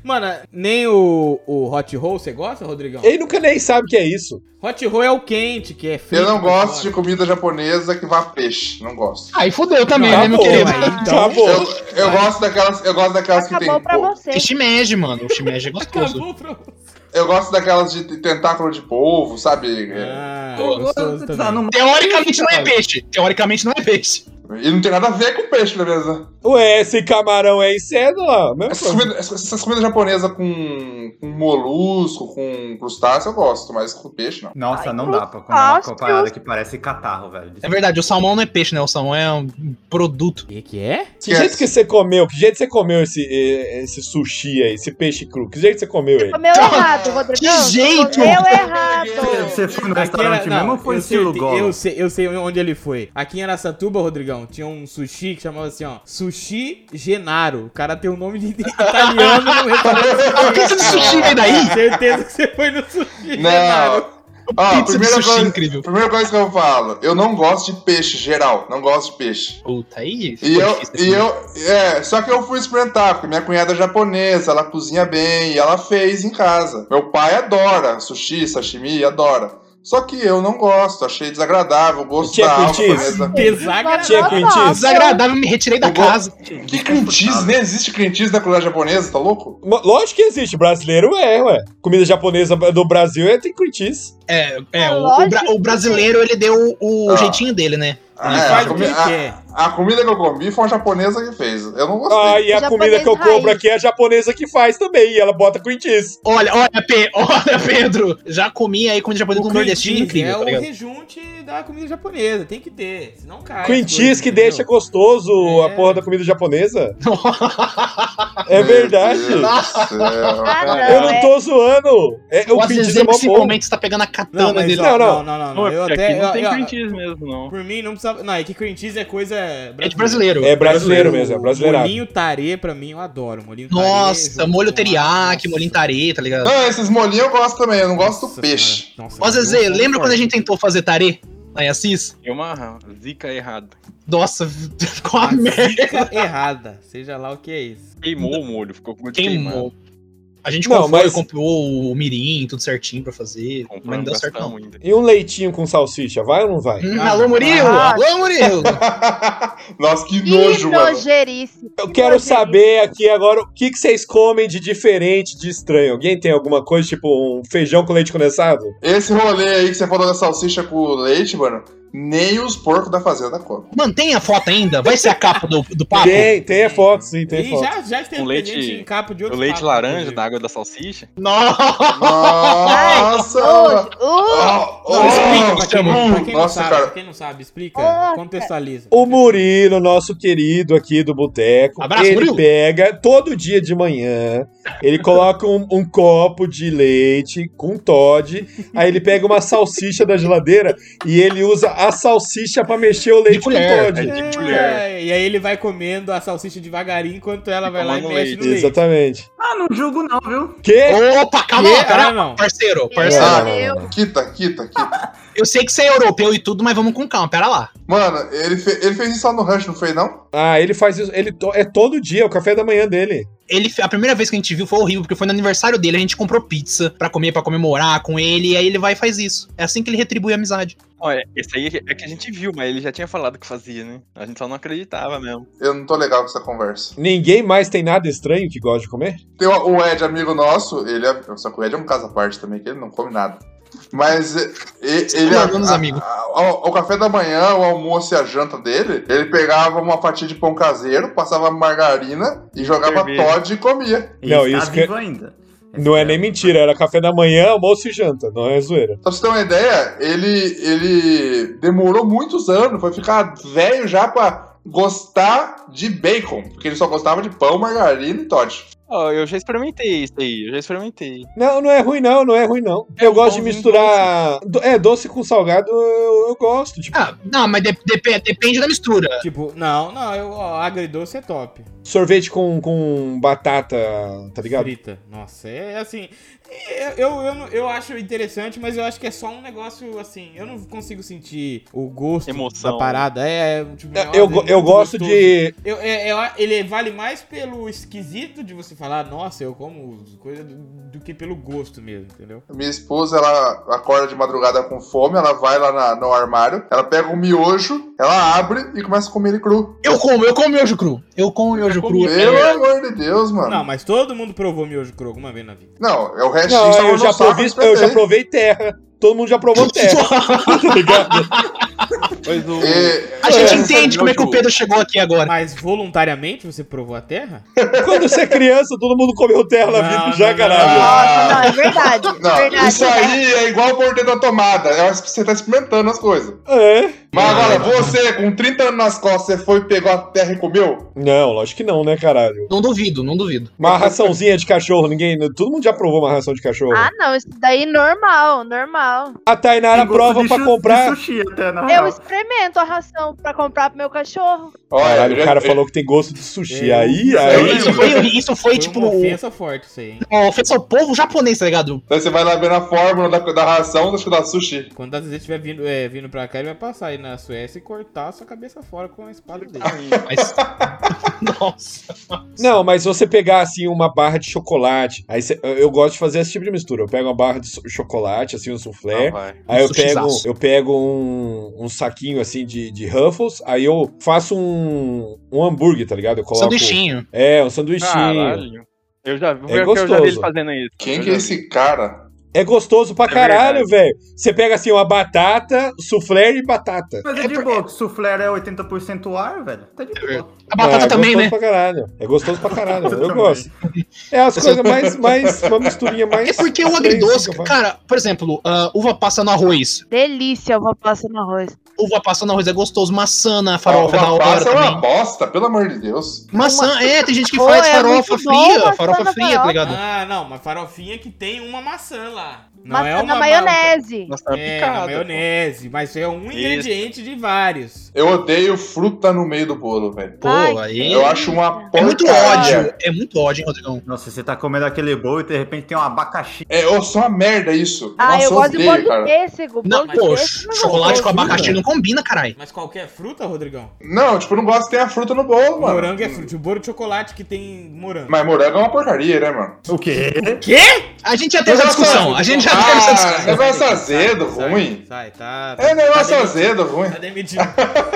S3: Mano, nem o, o Hot Roll você gosta, Rodrigão?
S4: Ele nunca nem sabe o que é isso.
S3: Hot Roll é o quente, que é frio.
S7: Eu não gosto de comida japonesa que vá peixe. Não gosto.
S6: Aí fudeu também,
S4: Tá
S6: né, meu
S4: bom,
S6: querido?
S3: aí.
S4: Tá bom.
S7: Eu, eu gosto daquelas, eu gosto daquelas que tem.
S9: Acabou pra
S7: po-
S9: você.
S6: Shimeji, mano. O Shimeji é gostoso.
S3: Acabou pra você.
S7: Eu gosto daquelas de tentáculo de polvo, sabe?
S6: É.
S3: Ah,
S8: É. Ô,
S3: gostoso
S8: ô, tá
S3: também.
S8: no-
S6: Teoricamente não é peixe. Teoricamente não é peixe.
S7: E não tem nada a ver com peixe, beleza?
S4: Ué, esse camarão é incedo lá. mesma
S7: Essas
S4: coisa.
S7: comidas, essas- essas comidas japonesas com, com molusco, com crustáceo, eu gosto, mas com peixe não.
S8: Nossa,
S9: Ai,
S8: não
S9: meu
S8: dá pra comer uma
S9: Deus.
S8: parada que parece catarro, velho.
S6: É verdade, o salmão não é peixe, né? O salmão é um produto.
S3: O que, que é?
S4: Que jeito que você comeu? Que jeito que você comeu esse, eh, esse sushi aí, esse peixe cru? Que jeito que você comeu ele?
S9: Comeu errado, Rodrigão.
S6: Que jeito!
S9: Comeu errado.
S8: Você foi no restaurante
S3: Aqui era-
S8: mesmo ou
S3: não,
S8: foi
S3: eu
S8: estilo
S3: sei-
S8: Gollum?
S3: Eu sei, eu sei onde ele foi. Aqui em Aracatuba, Rodrigão, tinha um sushi que chamava assim, ó, Sushi Genaro. O cara tem o nome de italiano no restaurante.
S7: Ah,
S6: A pizza de sushi vem daí?
S3: Certeza que você foi no sushi Genaro.
S7: Não. Ó,
S6: Pizza de
S7: ah, primeira
S6: sushi
S7: coisa,
S6: incrível.
S7: primeira coisa que eu falo, eu não gosto de peixe geral, não gosto de peixe.
S6: Puta, aí
S7: E
S6: ficou
S7: eu,
S6: difícil
S7: e
S6: assim.
S7: eu, é, só que eu fui experimentar, porque minha cunhada é japonesa, ela cozinha bem e ela fez em casa. Meu pai adora sushi, sashimi, adora. Só que eu não gosto, achei desagradável o gosto
S4: Tinha
S7: da alma
S4: cortiça?
S7: japonesa.
S3: Desagradável.
S4: Tinha cream cheese?
S6: Desagradável, me retirei da
S7: Eu vou-
S6: casa.
S7: Que cream cheese? Nem existe cream cheese na culinária japonesa, tá louco?
S4: Mo- Lógico que existe, brasileiro é, ué. Comida japonesa do Brasil é tem cream cheese.
S6: É, é,
S9: É
S6: o,
S9: lógico
S6: o bra-
S9: que-
S6: o brasileiro, ele deu o
S7: Ah.
S6: jeitinho dele, né?
S7: Ah,
S3: Ele
S7: é,
S3: faz
S7: a,
S3: o que
S7: comi-
S3: ele
S7: a-
S3: quer.
S7: a comida que eu comi foi uma japonesa que fez. Eu não gostei.
S4: Ah, e a
S9: Japonês
S4: comida que eu
S9: raiz.
S4: compro aqui é a japonesa que faz também, e ela bota cream cheese.
S6: Olha, olha, Pe- olha, Pedro. Já comi aí comida japonesa
S3: O
S6: do
S3: cream
S6: nordestino
S3: cheese
S6: incrível,
S3: é
S6: tá
S3: o
S6: ligado?
S3: rejunte da comida japonesa, tem que ter, senão cai.
S4: cream
S3: as
S4: cheese
S3: coisas,
S4: que
S3: entendeu?
S4: deixa gostoso
S3: É.
S4: a porra da comida japonesa. É
S7: Meu
S4: verdade.
S7: Deus do céu,
S9: Ah,
S7: cara.
S9: não.
S4: Eu não tô zoando. É,
S3: um
S4: o
S6: O
S4: cream cheese é
S6: Azizem
S4: mó bom.
S6: simplesmente está tá pegando a
S3: Não,
S6: katana
S3: mas,
S6: dele.
S3: não,
S4: ó, Não,
S3: não,
S4: não.
S3: não, não,
S5: Não, é
S3: eu
S5: porque
S3: até,
S5: aqui não
S3: eu-
S5: tem
S3: eu-
S5: cream cheese mesmo, não.
S3: Por mim, não precisava. Não, é que cream cheese é coisa.
S6: É de brasileiro.
S4: É brasileiro mesmo, é brasileirado.
S3: Molinho tarê, pra mim, eu adoro. Molinho tarê,
S6: Nossa,
S3: junto
S6: molho
S3: com nossa.
S6: teriyaki, molho tarê, tá ligado?
S7: Não, esses molinhos eu gosto também, eu não gosto
S3: Nossa
S7: do peixe.
S3: senhora. Nossa,
S6: Ó, Zezé,
S3: eu não
S6: lembra quando a
S3: concordo.
S6: gente tentou fazer tarê lá em Assis?
S5: E É uma zica errada.
S6: Nossa, ficou a merda.
S3: Dica errada, seja lá o que é isso.
S5: Queimou o molho, ficou com muito queimado.
S6: Queimou. A gente
S4: Não,
S6: comprou,
S4: mas-
S6: comprou o mirim, tudo certinho pra fazer, mas não
S5: Comprando
S6: deu certo não.
S5: gastamos ainda.
S4: E um leitinho com salsicha, vai ou não vai?
S6: Hum, alô, Murilo!
S9: Ah.
S6: alô, Murilo!
S7: Nossa, que nojo,
S9: Que
S7: mano.
S9: nojerice.
S4: Eu
S9: Que
S4: quero
S9: nojerice.
S4: saber aqui agora o que, que vocês comem de diferente, de estranho. Alguém tem alguma coisa, tipo um feijão com leite condensado?
S7: Esse rolê aí que você falou da salsicha com leite, mano, nem os porcos da fazenda comem.
S6: Mano, tem a foto ainda? Vai ser a capa do, do papo?
S4: tem, tem a foto, sim, tem
S3: e
S4: foto.
S3: já, já esteve
S5: O leite-
S3: presente em capa de
S5: O
S3: outros
S5: leite
S3: papos,
S5: laranja
S3: inclusive.
S5: da água da salsicha?
S6: Nossa!
S7: Nossa!
S9: Nojo. Uh,
S7: Ah,
S6: Não, explica pra
S7: ah,
S3: Pra quem, não- pra quem
S4: Hum,
S3: não
S7: Nossa,
S3: sabe,
S7: cara.
S3: pra quem não sabe, explica,
S4: Ah,
S9: Nossa.
S3: contextualiza.
S4: O Murilo, nosso querido aqui do Boteco,
S6: Abraço,
S4: ele
S6: Murilo.
S4: pega todo dia de manhã, ele coloca um, um copo de leite com Todd, aí ele pega uma salsicha da geladeira e ele usa a salsicha pra mexer o leite com
S6: colher,
S4: Todd.
S5: de
S3: É, e aí ele vai comendo a salsicha devagarinho enquanto ela vai lá e
S5: Tomando
S3: mexe no leite.
S4: Exatamente.
S8: Ah, não julgo não, viu?
S4: Que?
S6: Opa, calma
S3: Que?
S6: lá, pera
S3: Ah, não.
S6: Parceiro, parceiro.
S7: Ah,
S9: Meu
S4: não, não.
S7: Quita, quita, quita.
S6: Eu sei que você é europeu e tudo, mas vamos com calma, pera lá.
S7: Mano, ele, fe- ele fez isso lá no Rush, não fez, não?
S4: Ah, ele faz isso, ele to- é todo dia, é o café da manhã dele.
S6: Ele, a primeira vez que a gente viu foi horrível, porque foi no aniversário dele, a gente comprou pizza pra comer, pra comemorar com ele, e aí ele vai e faz isso. É assim que ele retribui a amizade.
S5: Ó, é- esse aí é que- é que a gente viu, mas ele já tinha falado que fazia, né? A gente só não acreditava mesmo.
S7: Eu não tô legal com essa conversa.
S4: Ninguém mais tem nada estranho que gosta de comer?
S7: Tem o o Ed, amigo nosso, ele é. Só que o Ed é um caso à parte também, que ele não come nada. Mas e- e- ele.
S3: tá
S6: largando os amigos.
S7: ao- ao café da manhã, o almoço e a janta dele, ele pegava uma fatia de pão caseiro, passava margarina e jogava
S5: Cerveja.
S7: Todd e comia.
S8: E
S4: Não,
S8: está
S4: isso que-
S8: tá vivo ainda.
S4: Não é nem mentira, era café da manhã, almoço e janta, não é zoeira.
S7: Pra você ter uma ideia, ele, ele demorou muitos anos, foi ficar velho já pra gostar de bacon, porque ele só gostava de pão, margarina e Todd.
S5: Ó, eu já experimentei isso aí, eu já experimentei.
S4: Não, não é ruim não, não é ruim não. Eu gosto de
S5: pãozinho
S4: misturar... do- É, doce com salgado eu, eu gosto. Tipo,
S6: Ah, não, mas de- depe- depende da mistura.
S3: Tipo, não, não, eu, ó, agridoce é top.
S4: sorvete com, com batata, tá ligado?
S3: Frita. Nossa, é assim. é- Eu, eu, não- eu acho interessante, mas eu acho que é só um negócio assim. Eu não consigo sentir o gosto
S5: Emoção.
S3: da parada. É, tipo,
S4: É, Eu,
S3: nossa,
S4: go-
S3: é
S4: eu
S3: muito
S4: gosto
S3: gostoso.
S4: de.
S3: Eu, é- eu- ele vale mais pelo esquisito de você falar, nossa, eu como coisa do, do que pelo gosto mesmo, entendeu?
S7: Minha esposa, ela acorda de madrugada com fome, ela vai lá na- no armário, ela pega um miojo, ela abre e começa a comer ele cru.
S6: Eu como, eu como miojo cru. Eu como miojo cru. É.
S7: Pelo amor de Deus, mano.
S3: Não, mas todo mundo provou miojo cru alguma vez na vida.
S7: Não, é o restinho
S4: Não,
S7: que tava
S4: eu
S7: no
S4: já,
S7: saco,
S4: provei,
S7: eu
S4: eu já
S7: tentei.
S4: provei terra. Todo mundo já provou terra, tá ligado?
S5: Mas
S4: É,
S7: É,
S5: o.
S7: E-
S6: A gente entende como é que o Pedro chegou aqui agora.
S3: Mas voluntariamente você provou a terra?
S4: Quando você é criança, todo mundo comeu terra na
S3: Não,
S4: vida
S3: não,
S4: já,
S3: não,
S4: caralho.
S9: Nossa, não, é verdade.
S7: ah, Não,
S9: verdade.
S7: isso aí é igual o porteiro da tomada. é- Você tá experimentando as coisas.
S4: É.
S7: Mas agora, você, com 30 anos nas costas, você foi, pegou a terra e comeu?
S4: Não, lógico que não, né, caralho?
S6: Não duvido, não duvido.
S4: Uma raçãozinha de cachorro, ninguém. Todo mundo já provou uma ração de cachorro.
S9: Ah, não, isso daí normal, normal.
S4: A Tainara
S8: Tem gosto
S4: prova
S8: de
S4: pra
S8: su-
S4: comprar.
S8: de sushi até, na
S9: Eu
S8: real.
S9: experimento a ração pra comprar pro meu cachorro.
S7: Olha,
S4: Caralho,
S7: eu-
S4: o cara
S7: eu-
S4: falou que tem gosto de sushi.
S3: Eu-
S4: Aí,
S3: eu-
S4: aí.
S6: É Isso foi, isso
S9: É,
S6: foi,
S3: Foi
S6: tipo,
S3: uma
S6: ofensa.
S3: ofensa forte isso aí, hein?
S6: uma ofensa ao povo japonês, tá ligado?
S7: Daí então você vai lá ver na fórmula da, da ração, acho que da sushi.
S3: Quando às vezes estiver vindo, é, vindo pra cá, ele vai passar aí na Suécia e cortar a sua cabeça fora com a espada dele.
S6: Mas... Nossa.
S4: Não, mas se você pegar assim uma barra de chocolate, aí você- eu- eu gosto de fazer esse tipo de mistura. Eu pego uma barra de so- chocolate, assim, um soufflé.
S5: Ah, vai.
S4: Aí eu pego,
S6: Sushizaço.
S4: eu pego um, um saquinho assim de, de Ruffles, aí eu faço um, um hambúrguer, tá ligado? Eu coloco.
S6: Sanduichinho.
S4: É, um sanduichinho.
S5: Caralho. Eu já, eu já
S4: gostoso.
S5: vi ele fazendo isso.
S7: Quem
S5: Eu
S7: que
S5: já
S7: é
S5: vi.
S7: esse cara?
S4: É gostoso pra
S5: É
S4: caralho, velho. Você pega assim uma batata, soufflé e batata.
S8: Mas é de boa, que soufflé é 80% ar, velho. Tá de boa.
S6: A batata
S4: Ah,
S6: também,
S4: é gostoso Pra
S6: né?
S4: caralho. É gostoso pra caralho. eu
S8: Também.
S4: gosto. É as coisas mais, mais. Uma misturinha mais.
S6: É porque o
S4: mais
S6: agridoce,
S4: simples,
S6: cara, por exemplo, ah, uva passa no arroz.
S9: Delícia, uva passa no arroz.
S6: Uva passa no arroz é gostoso. Maçã na
S9: tá
S6: farofa é da
S7: Uva
S6: hora
S7: passa é uma
S6: também.
S7: bosta, pelo amor de Deus.
S6: Maçã, é, tem gente que
S9: Pô,
S6: faz
S9: é
S6: farofa
S9: muito bom,
S6: fria.
S9: maçã
S6: Farofa
S9: na
S6: fria, tá
S9: farofa.
S6: ligado?
S3: Ah, não, uma farofinha que tem uma maçã lá. Não
S9: Maçã
S3: é uma
S9: na
S3: ma-
S9: maionese.
S5: Nossa, tá
S3: É,
S5: picada,
S3: na
S5: pô.
S3: maionese, mas é um
S5: Isso.
S3: ingrediente de vários.
S7: Eu odeio fruta no meio do bolo, velho.
S6: Pô,
S9: Ai,
S6: aí.
S7: Eu acho uma porcaria.
S6: É muito ódio. É muito ódio, hein, Rodrigão.
S8: Nossa, você tá comendo aquele bolo e de repente tem um abacaxi.
S7: É, eu sou uma merda isso.
S9: Ah,
S7: Nossa,
S9: eu gosto de bolo de
S7: cara.
S9: pêssego.
S6: Não,
S9: bolo de
S6: pô,
S9: pêssego não é
S6: chocolate com
S9: gostoso.
S6: abacaxi não combina, caralho.
S3: Mas qualquer fruta, Rodrigão?
S7: Não, tipo, eu não gosto de ter a fruta no bolo, mano.
S3: Morango é fruta. O bolo de chocolate que tem morango.
S7: Mas morango é uma porcaria, né, mano?
S8: O quê?
S6: A gente já teve essa
S7: Nossa,
S6: discussão. A gente já teve essa
S7: Ah,
S6: discussão.
S7: negócio
S3: Sai,
S7: azedo,
S3: sai,
S7: ruim.
S3: Sai, tá. tá-
S7: É negócio
S3: tá demitido.
S7: azedo, ruim.
S3: Tá demitido.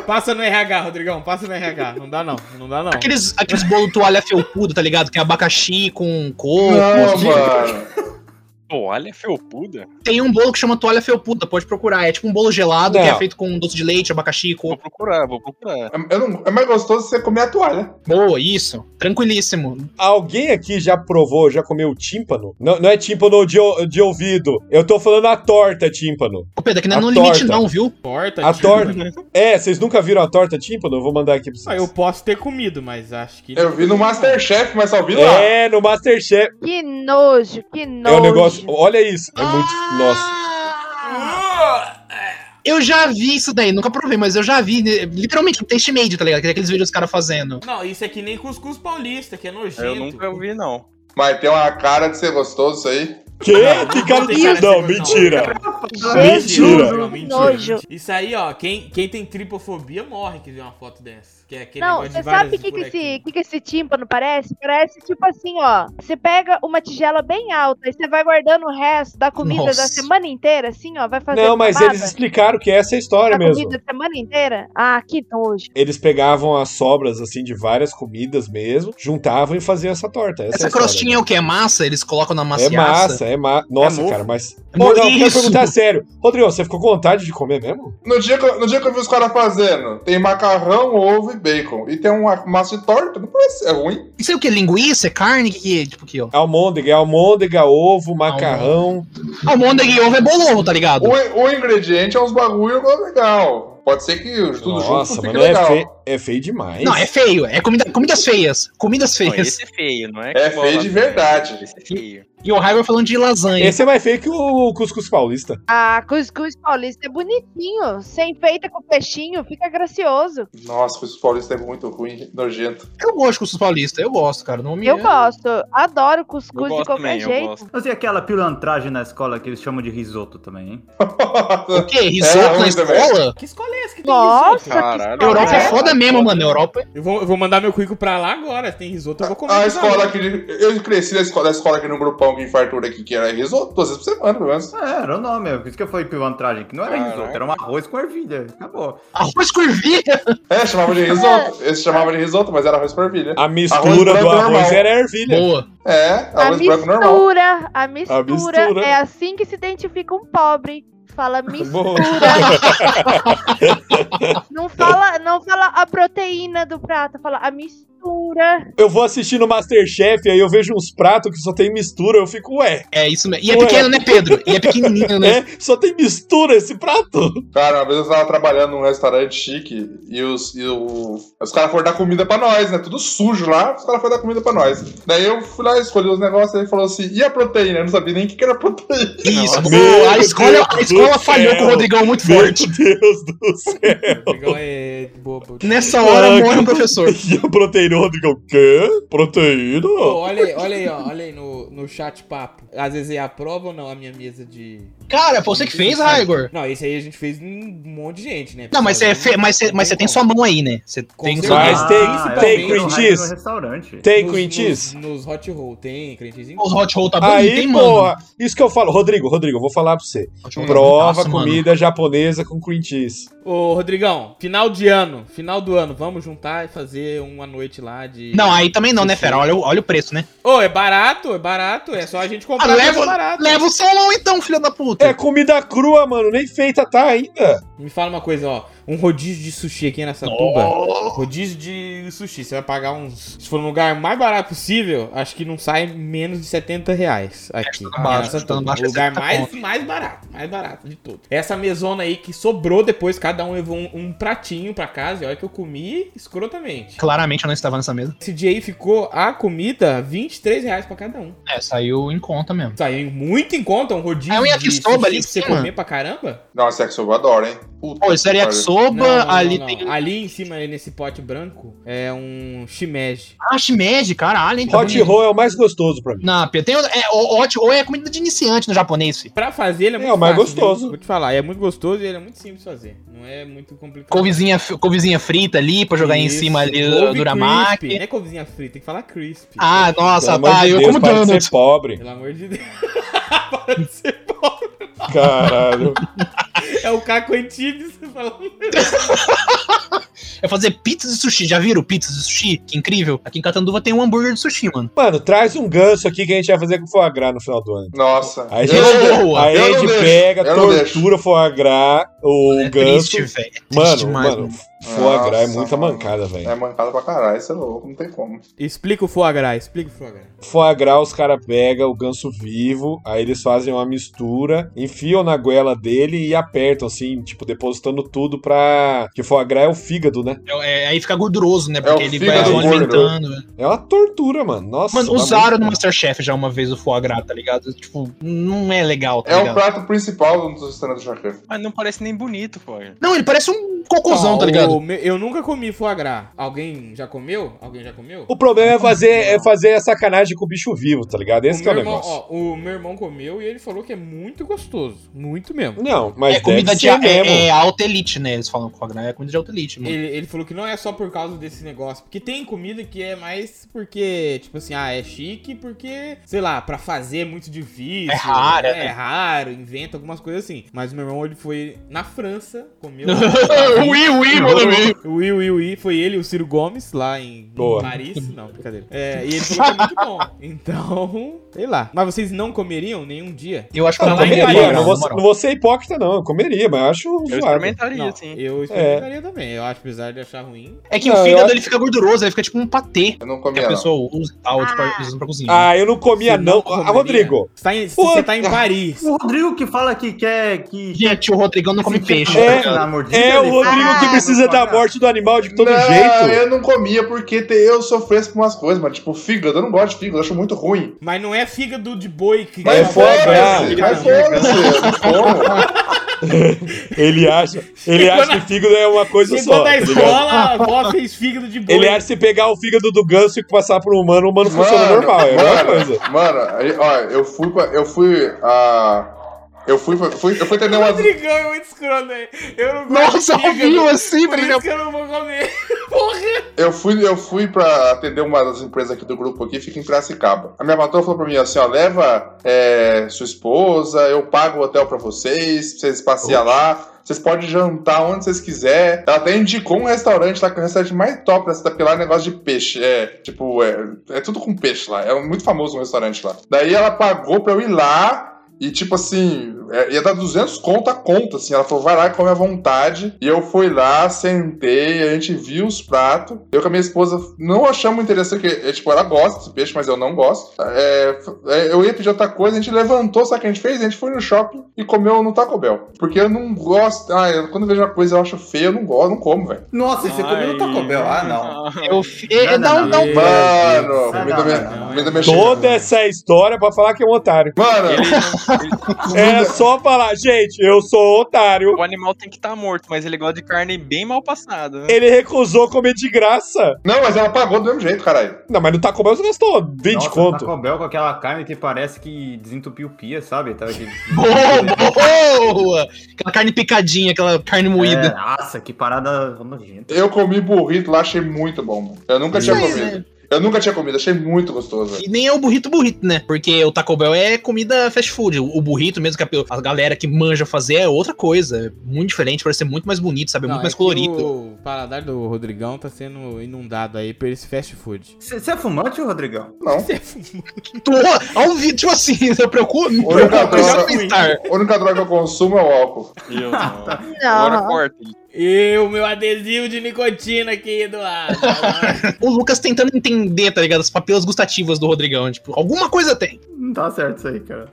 S3: passa no RH, Rodrigão, passa no RH. Não dá não, não dá não.
S6: Aqueles, aqueles bolos toalha felpudo, tá ligado? Que é abacaxi com coco.
S7: Não, mano.
S5: Pô, olha, felpuda.
S6: Tem um bolo que chama toalha felpuda, pode procurar. É tipo um bolo gelado que
S4: Não.
S6: é feito com doce de leite, abacaxi,
S5: Vou
S6: coco.
S5: procurar, vou procurar.
S7: Eu não- é mais gostoso você comer a toalha.
S6: Boa, isso. Tranquilíssimo.
S4: Alguém aqui já provou, já comeu tímpano? Não, não é tímpano de, o- de ouvido. Eu tô falando a torta tímpano.
S6: Ô, Pedro, que não é
S4: A
S6: no limite,
S4: torta.
S6: não, viu?
S3: Torta,
S8: Tá
S4: A
S3: tipo,
S4: torta.
S3: né?
S4: É, vocês nunca viram a torta tímpano? Eu vou mandar aqui pra
S3: Ah,
S4: vocês.
S3: eu posso ter comido, mas acho que.
S7: Eu vi no Masterchef, mas só vi lá.
S4: É, no Masterchef.
S9: Que nojo, que nojo.
S4: É um negócio. Olha isso. É muito.
S6: Ah!
S4: Nossa.
S6: Eu já vi isso daí, nunca provei, mas eu já vi, né, literalmente, no Taste Made, tá ligado? Que é Aqueles vídeos dos caras fazendo.
S3: Não, isso é que nem cuscuz paulista, que é nojento.
S5: Eu nunca ouvi, não.
S7: Mas tem uma cara de ser gostoso isso aí.
S4: Que? Que cara
S3: tem cara de
S4: de. Não,
S3: ser
S4: mentira.
S9: Jesus,
S3: Não,
S9: que
S3: mentira,
S9: É nojo.
S3: mentira. Isso aí, ó, quem, quem tem tripofobia morre que vê uma foto dessa. Que é aquele
S9: Não,
S3: negócio de
S9: você sabe o
S3: vários
S9: que, que, esse,
S3: buraquinhos.
S9: que, que esse tímpano parece? Parece tipo assim, ó. Você pega uma tigela bem alta e você vai guardando o resto da comida
S6: Nossa.
S9: da semana inteira, assim, ó. Vai fazendo
S4: Não, mas
S9: camada
S4: eles explicaram que essa é a história
S9: da
S4: mesmo.
S9: comida da semana inteira. Ah, que nojo.
S4: Eles pegavam as sobras, assim, de várias comidas mesmo, juntavam e faziam essa torta. Essa, é a
S6: Essa
S4: história.
S6: crostinha é o que? É massa? Eles colocam na
S4: É
S6: maciaça?
S4: massa, é massa. Nossa,
S3: mofo.
S4: cara, mas.
S6: É
S4: Pô, não, eu quero
S6: isso.
S4: perguntar sério. Rodrigo, você ficou com vontade de comer mesmo?
S7: No dia, que, eu- no dia que eu vi os caras fazendo, tem macarrão, ovo e bacon. E tem uma massa de torta. Não parece é ruim.
S6: Isso é o que? Linguiça? É carne? Que que é? Tipo que, ó.
S4: Almôndega, almôndega, ovo, macarrão.
S6: Ah, Almôndega e ovo é bolovo, tá ligado?
S7: O, o ingrediente é uns bagulho legal. Pode ser que tudo
S4: Nossa, mas
S7: junto fique
S4: não é
S7: legal.
S4: feio, é feio demais.
S6: Não, é feio. É comida, comidas feias. Comidas
S5: Não,
S6: feias.
S5: esse é feio, não é?
S7: É
S5: que bola,
S7: feio de
S5: né?
S7: verdade.
S5: Esse é feio.
S6: E o Raiva falando de lasanha.
S4: Esse é mais feio que o Cuscuz Paulista.
S9: Ah, cuscuz paulista é bonitinho. Sem feita com peixinho, fica gracioso.
S7: Nossa, o Cuscuz Paulista é muito ruim, nojento.
S6: Eu gosto de cuscuz paulista. Eu gosto, cara. Não me... é.
S9: Eu gosto. Adoro
S5: Eu
S9: cuscuz de
S5: gosto
S9: qualquer
S5: também, eu
S9: jeito.
S5: gosto.
S8: Mas e aquela pilantragem na escola que eles chamam de risoto também, hein?
S6: O quê?
S4: É,
S6: Risoto na
S7: ruim também.
S6: escola?
S2: Que escolha é essa que tem
S9: Nossa,
S2: risoto?
S5: Caralho.
S6: Europa é
S9: É.
S6: foda mesmo, mano. Europa. é
S3: Eu vou, eu vou mandar meu currículo pra lá agora. Tem risoto, eu vou comer.
S7: A Ah, escola aqui. de- Eu cresci na escola, da escola aqui no grupão que infartura aqui, que era risoto, duas vezes por semana, pelo menos.
S8: É, era o nome, por isso que eu falei pilantragem, que não era
S5: Caraca.
S8: risoto, era um arroz com ervilha. Acabou.
S6: Arroz com ervilha.
S7: É, chamava de risoto. Esse chamava de risoto, mas era arroz com ervilha.
S4: A mistura
S7: branco
S4: do arroz
S7: normal.
S4: era ervilha.
S6: Boa.
S7: É,
S4: um
S9: A
S7: arroz branco normal.
S9: mistura, a mistura,
S4: mistura.
S9: é assim que se identifica um pobre. Fala
S4: Boa.
S9: mistura. não fala, não fala a proteína do prato, fala a mistura.
S4: Eu vou assistindo Masterchef, aí eu vejo uns pratos que só tem mistura, eu fico, ué,
S6: É isso mesmo. E é
S4: Ué.
S6: pequeno, né, Pedro? E é pequenininho, né?
S4: é? Só tem mistura esse prato?
S7: Cara, uma vez eu tava trabalhando num restaurante chique e os, e o- os caras foram dar comida pra nós, né? Tudo sujo lá, os caras foram dar comida pra nós. Daí eu fui lá, escolhi os negócios, ele falou assim, e a proteína? Eu não sabia nem o que que era proteína.
S6: Isso.
S4: Meu
S6: Boa. A
S4: Deus
S6: escola,
S4: do
S6: é a escola falhou
S4: céu.
S6: com o Rodrigão muito forte.
S4: Meu Deus do céu.
S3: Legal, é bobo.
S6: Nessa hora
S4: Caraca.
S6: morre um professor.
S4: E a proteína, o Rodrigão, quê? Proteína?
S3: Ô, olha aí, olha aí, ó, olha aí no, no chat papo. Às vezes é a prova ou não a minha mesa de.
S6: Cara, foi você que fez, Raigor.
S3: Não, esse aí a gente fez um monte de gente, né?
S6: Não, mas você, é fe- mas você,
S3: Não
S6: mas você tem sua
S3: como.
S6: mão aí, né? Você
S3: Com
S6: tem né?
S3: certeza.
S6: sua
S4: Mas Ah, tem-
S6: mão.
S8: Ah, eu
S3: tem
S8: vi no
S4: cream
S8: raio
S4: cheese?
S8: No restaurante.
S4: Tem
S3: Nos-
S4: cream cheese?
S3: Nos, nos hot roll, tem cream cheese. em-
S6: Os hot roll tá bom?
S4: Aí,
S6: tem,
S4: porra, isso que eu falo. Rodrigo, Rodrigo, eu vou falar pra você.
S6: Hot roll tá
S4: Prova
S6: bonitaço, mano.
S4: comida japonesa com cream cheese.
S3: Ô, Rodrigão, final de ano, final do ano, vamos juntar e fazer uma noite lá de.
S6: Não, aí também não, né, Fera? Olha, o- olha o preço, né?
S3: Ô, é barato, é barato, é só a gente
S6: Ah,
S3: comprar coisa
S6: leva,
S3: barato.
S6: leva o solão então, filho da puta.
S4: É comida crua, mano, nem feita tá ainda.
S3: Me fala uma coisa, ó, um rodízio de sushi aqui nessa tuba. Rodízio de sushi, você vai pagar uns. Se for no lugar mais barato possível, acho que não sai menos de 70 reais aqui.
S6: tá baixo,
S3: Nessa
S6: tá
S3: tuba.
S6: baixo,
S3: o lugar
S6: 70
S3: mais,
S6: conto.
S3: mais barato, mais barato de tudo. Essa mesona aí que sobrou depois, cada um levou um, um pratinho pra casa, e olha que eu comi escrotamente.
S6: Claramente eu não estava nessa mesa.
S3: Esse dia aí ficou a comida R$ 23 reais pra cada um.
S6: É, saiu em conta mesmo.
S3: Saiu muito em conta, um rodízio
S6: É um
S3: de
S6: yakisoba
S3: sushi
S6: ali em
S3: pra você
S6: cima.
S3: comer pra caramba.
S7: Nossa, é que eu adoro, hein? Puta
S6: Pô, isso era
S7: que pariu.
S3: Não, não,
S6: yakisoba,
S3: não,
S6: ali
S3: não.
S6: tem...
S3: Ali em cima, ali nesse pote branco, é um shimeji.
S6: Ah, shimeji, caralho, hein? tá
S4: Hot
S6: bonito.
S4: roll é o mais gostoso pra mim.
S6: Não, Pedro, tem... É, o- hot roll é comida de iniciante no japonês, filho.
S3: Pra fazer, ele é
S4: É,
S3: muito
S4: o mais
S3: fácil,
S4: gostoso.
S3: viu? Vou te falar, é muito gostoso e ele é muito simples de fazer. Não é muito complicado.
S6: Couvezinha, f- couvezinha frita ali, pra jogar
S3: Isso.
S6: em cima ali
S3: Couve
S6: do
S3: crispy. Não
S6: Duramaki.
S3: é couvezinha frita, tem que falar crispy.
S6: Ah, nossa,
S4: Pelo amor
S6: tá,
S4: de
S6: eu
S4: Deus,
S6: como
S4: para de
S6: donut.
S4: ser pobre.
S3: Pelo amor de Deus. Para de ser pobre.
S4: Caralho.
S3: É o Caco Antibes falando.
S6: É fazer pizzas de sushi, já viram pizzas de sushi? Que incrível. Aqui em Catanduva tem um hambúrguer de sushi, mano.
S4: Mano, traz um ganso aqui que a gente vai fazer com foie gras no final do ano.
S7: Nossa.
S4: Aí a
S6: Eu não
S4: gente,
S6: dou,
S4: aí
S7: eu
S4: a
S7: não
S4: gente
S7: deixo,
S4: pega,
S7: eu não
S4: tortura o foie gras, o ganso.
S6: É Triste, velho. É triste
S4: mano,
S6: demais,
S4: mano, foie gras é
S7: Nossa,
S4: muita
S7: mano.
S4: mancada, velho.
S7: É mancada pra caralho, isso é louco, não tem como.
S3: Explica o foie gras, explica o foie gras.
S4: Foie gras, os caras pegam o ganso vivo, aí eles fazem uma mistura, enfiam na goela dele e apertam, assim, tipo, depositando tudo pra. Que foie gras é o fígado, né?
S6: É, é, aí fica gorduroso, né? Porque
S7: o
S6: ele vai
S7: fígado gordo.
S6: alimentando. né?
S4: É uma tortura, mano. Nossa.
S6: Mano,
S4: dá muito-
S6: usaram no Masterchef já uma vez o foie gras, tá ligado? Tipo, não é legal, tá
S7: É o
S6: ligado?
S7: prato principal do restaurante do Jacan.
S5: Mas não parece nem bonito, pô. Não,
S6: Não, ele parece um cocôzão, tá
S3: Ó,
S6: ligado?
S3: o meu- eu nunca comi foie gras. Alguém já comeu? Alguém já comeu?
S4: O problema é fazer, é fazer a sacanagem com o bicho vivo, tá ligado? Esse
S3: o,
S4: que é
S3: meu
S4: o
S3: irmão,
S4: negócio.
S3: ó, o meu irmão comeu e ele falou que é muito gostoso. Muito mesmo.
S4: Não, mas
S6: é comida
S4: deve
S6: de
S4: ser
S6: é,
S4: mesmo.
S6: é alta elite, né? Eles falam que foie gras é comida de alta elite, mano.
S3: Ele, ele falou que não é só por causa desse negócio. Porque tem comida que é mais porque, tipo assim, ah, é chique porque, sei lá, pra fazer é muito difícil.
S6: É raro,
S3: né?
S6: né?
S3: É raro, inventa algumas coisas assim. Mas meu irmão, ele foi na França, comeu.
S6: ui, ui, mano. ui.
S3: O Will, Will, Will, foi ele e o Ciro Gomes lá em
S4: Boa.
S3: Paris. Não, brincadeira. É, e ele falou que é muito bom. Então, sei lá. Mas vocês não comeriam nenhum dia?
S6: Eu acho que
S4: Eu
S6: eu
S3: Não,
S6: também
S3: comeria,
S6: foie
S4: comeria,
S6: gras,
S4: não vou,
S6: é, na moral.
S4: não vou ser hipócrita, não. Eu comeria, mas eu acho
S5: eu
S4: zoado.
S5: experimentaria, assim.
S3: Não,
S5: sim.
S4: É.
S3: eu experimentaria também. Eu acho, apesar de achar ruim.
S6: É que
S4: Não,
S6: o
S4: eu
S6: fígado
S4: acho-
S6: ele fica gorduroso, ele fica tipo um patê
S7: Eu não
S6: que
S4: É.
S7: comia,
S6: a
S7: não.
S6: pessoa usa e tal, tipo, usando pra cozinhar.
S4: Ah, eu não comia,
S3: Você
S4: não.
S3: comeria?
S4: Ah, Rodrigo.
S3: Você tá em, você
S4: Pô,
S3: tá em Paris.
S8: O Rodrigo que fala que quer que
S6: Gente, o Rodrigão não come
S8: Sentir
S6: peixe.
S8: na-
S4: É,
S8: na mordida,
S4: É
S8: ele
S4: o Rodrigo
S8: Ah,
S4: que precisa da morte do animal de todo
S7: não,
S4: jeito.
S7: eu não comia porque te- eu sofresse com umas coisas, mas tipo, fígado, eu não gosto de fígado, eu acho muito ruim.
S3: Mas não é fígado de boi que... né?
S7: Mas
S4: Vai
S7: foda-se,
S4: fogar.
S3: é
S7: mas
S4: assim, né?
S7: foda-se, como?
S4: Ele acha, ele
S3: Chegou
S4: acha
S3: na-
S4: que fígado é uma coisa
S3: Chegou
S4: só.
S3: na
S4: tá ligado?
S3: escola, a avó fez fígado de boi.
S4: ele acha que se pegar o fígado do ganso e passar pro humano, o humano funciona normal, é a mesma coisa.
S7: Mano, aí, ó, eu fui pra. Eu fui. ah, eu fui, pra- fui Eu fui entender umas.
S3: Rodrigão é muito escroto aí. Eu não gosto
S6: Nossa,
S3: de
S6: ao
S3: fígado,
S6: vivo assim,
S3: Por
S6: Rodrigão.
S3: isso que eu não vou comer. Porra.
S7: Eu fui, eu fui pra atender uma das empresas aqui do grupo aqui, fica em Piracicaba. A minha patroa falou pra mim assim, ó, leva é, sua esposa, eu pago o hotel pra vocês, pra vocês passear lá. Vocês podem jantar onde vocês quiserem. Ela até indicou um restaurante lá, que é o restaurante mais top da cidade, porque lá é negócio de peixe. É, tipo, é, é tudo com peixe lá. É muito famoso um restaurante lá. Daí ela pagou pra eu ir lá. E tipo assim, é, ia dar 200 conto a conta, assim. Ela falou, vai lá e come à vontade. E eu fui lá, sentei, a gente viu os pratos. Eu com a minha esposa não achamos muito interessante, porque, é, tipo, ela gosta desse peixe, mas eu não gosto. É, f- é, eu ia pedir outra coisa, a gente levantou, sabe o que a gente fez? A gente foi no shopping e comeu no Taco Bell. Porque eu não gosto, ah, eu- quando eu vejo uma coisa eu acho feia, eu não gosto, não como, velho.
S11: Nossa, você comeu no
S3: tá
S11: Taco Bell. Ah, não.
S6: Eu, é, é,
S8: Não,
S6: dá um,
S8: não,
S6: dá um-
S3: não.
S7: Mano,
S8: Deus. Ah,
S7: comida
S8: não,
S7: me-
S8: não,
S7: comida mexicana.
S4: Toda essa história pra falar que é um otário.
S7: Mano,
S4: É só falar, gente, eu sou otário.
S5: O animal tem que estar morto, mas ele gosta de carne bem mal passada. né?
S4: Ele recusou comer de graça.
S7: não, mas ela pagou do mesmo jeito, caralho.
S4: Não, mas no Taco Bell você gastou 20
S3: tá
S8: Nossa,
S4: conto.
S8: Taco Bell com aquela carne que parece que desentupiu pia, sabe? Tá, aquele-
S6: Boa, boa! Aquela carne picadinha, aquela carne
S8: É,
S6: moída.
S8: nossa, que parada nojenta.
S7: Eu comi burrito lá, achei muito bom, mano. Eu nunca tinha
S6: Mas,
S7: comido. Eu nunca tinha comido, achei muito gostoso. velho.
S6: E nem é o burrito burrito, né? Porque o Taco Bell é comida fast food. O o burrito, mesmo que a, a galera que manja fazer, é outra coisa. É Muito diferente, parece ser muito mais bonito, sabe? É muito mais colorido.
S3: O paladar do Rodrigão tá sendo inundado aí por esse fast food.
S8: Você você é fumante, Rodrigão?
S7: Não.
S6: Tô, ao vivo, tipo assim, eu preocupo, me
S7: Olha
S6: preocupa
S7: o
S6: com esse
S7: Gabriel.
S6: bem-estar.
S7: A única droga que eu consumo é o álcool.
S5: E eu não. Agora
S9: Não.
S5: corta.
S3: E o meu adesivo de nicotina aqui, Eduardo.
S6: O Lucas tentando entender, tá ligado? As papilas gustativas do Rodrigão. Tipo, alguma coisa tem.
S8: Não tá certo isso aí, cara.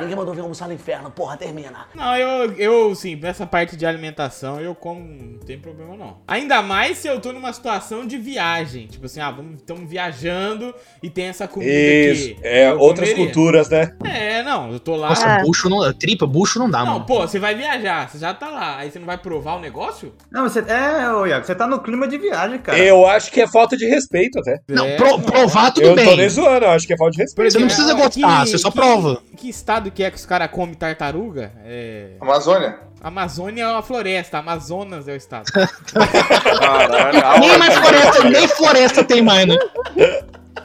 S10: Ninguém mandou vir almoçar no inferno, porra, termina.
S3: não, eu, eu, sim, nessa parte de alimentação eu como, não tem problema não. Ainda mais se eu tô numa situação de viagem. Tipo assim, ah, vamos, estamos viajando e tem essa comida
S4: Isso,
S3: aqui.
S4: é,
S3: Eu
S4: outras
S3: comeria.
S4: culturas, né?
S3: É, não, eu tô lá.
S6: Nossa,
S9: Ah.
S6: bucho não. Tripa, bucho não dá,
S3: não,
S6: mano.
S3: pô, você vai viajar, você já tá lá, aí você não vai provar o negócio?
S8: Não, você. É, ô Iago, você tá no clima de viagem, cara.
S4: Eu acho que é falta de respeito até.
S6: Não,
S3: É,
S6: pro- provar tudo
S4: eu não tô
S6: bem.
S4: nem zoando, eu acho que é falta de respeito.
S6: Você não precisa gostar, você só prova.
S3: Que estado que é que os caras comem tartaruga? É.
S7: Amazônia.
S3: Amazônia é uma floresta, Amazonas é o estado.
S7: Caralho. a
S6: Nem
S7: hora.
S6: mais floresta, nem floresta tem mais, né?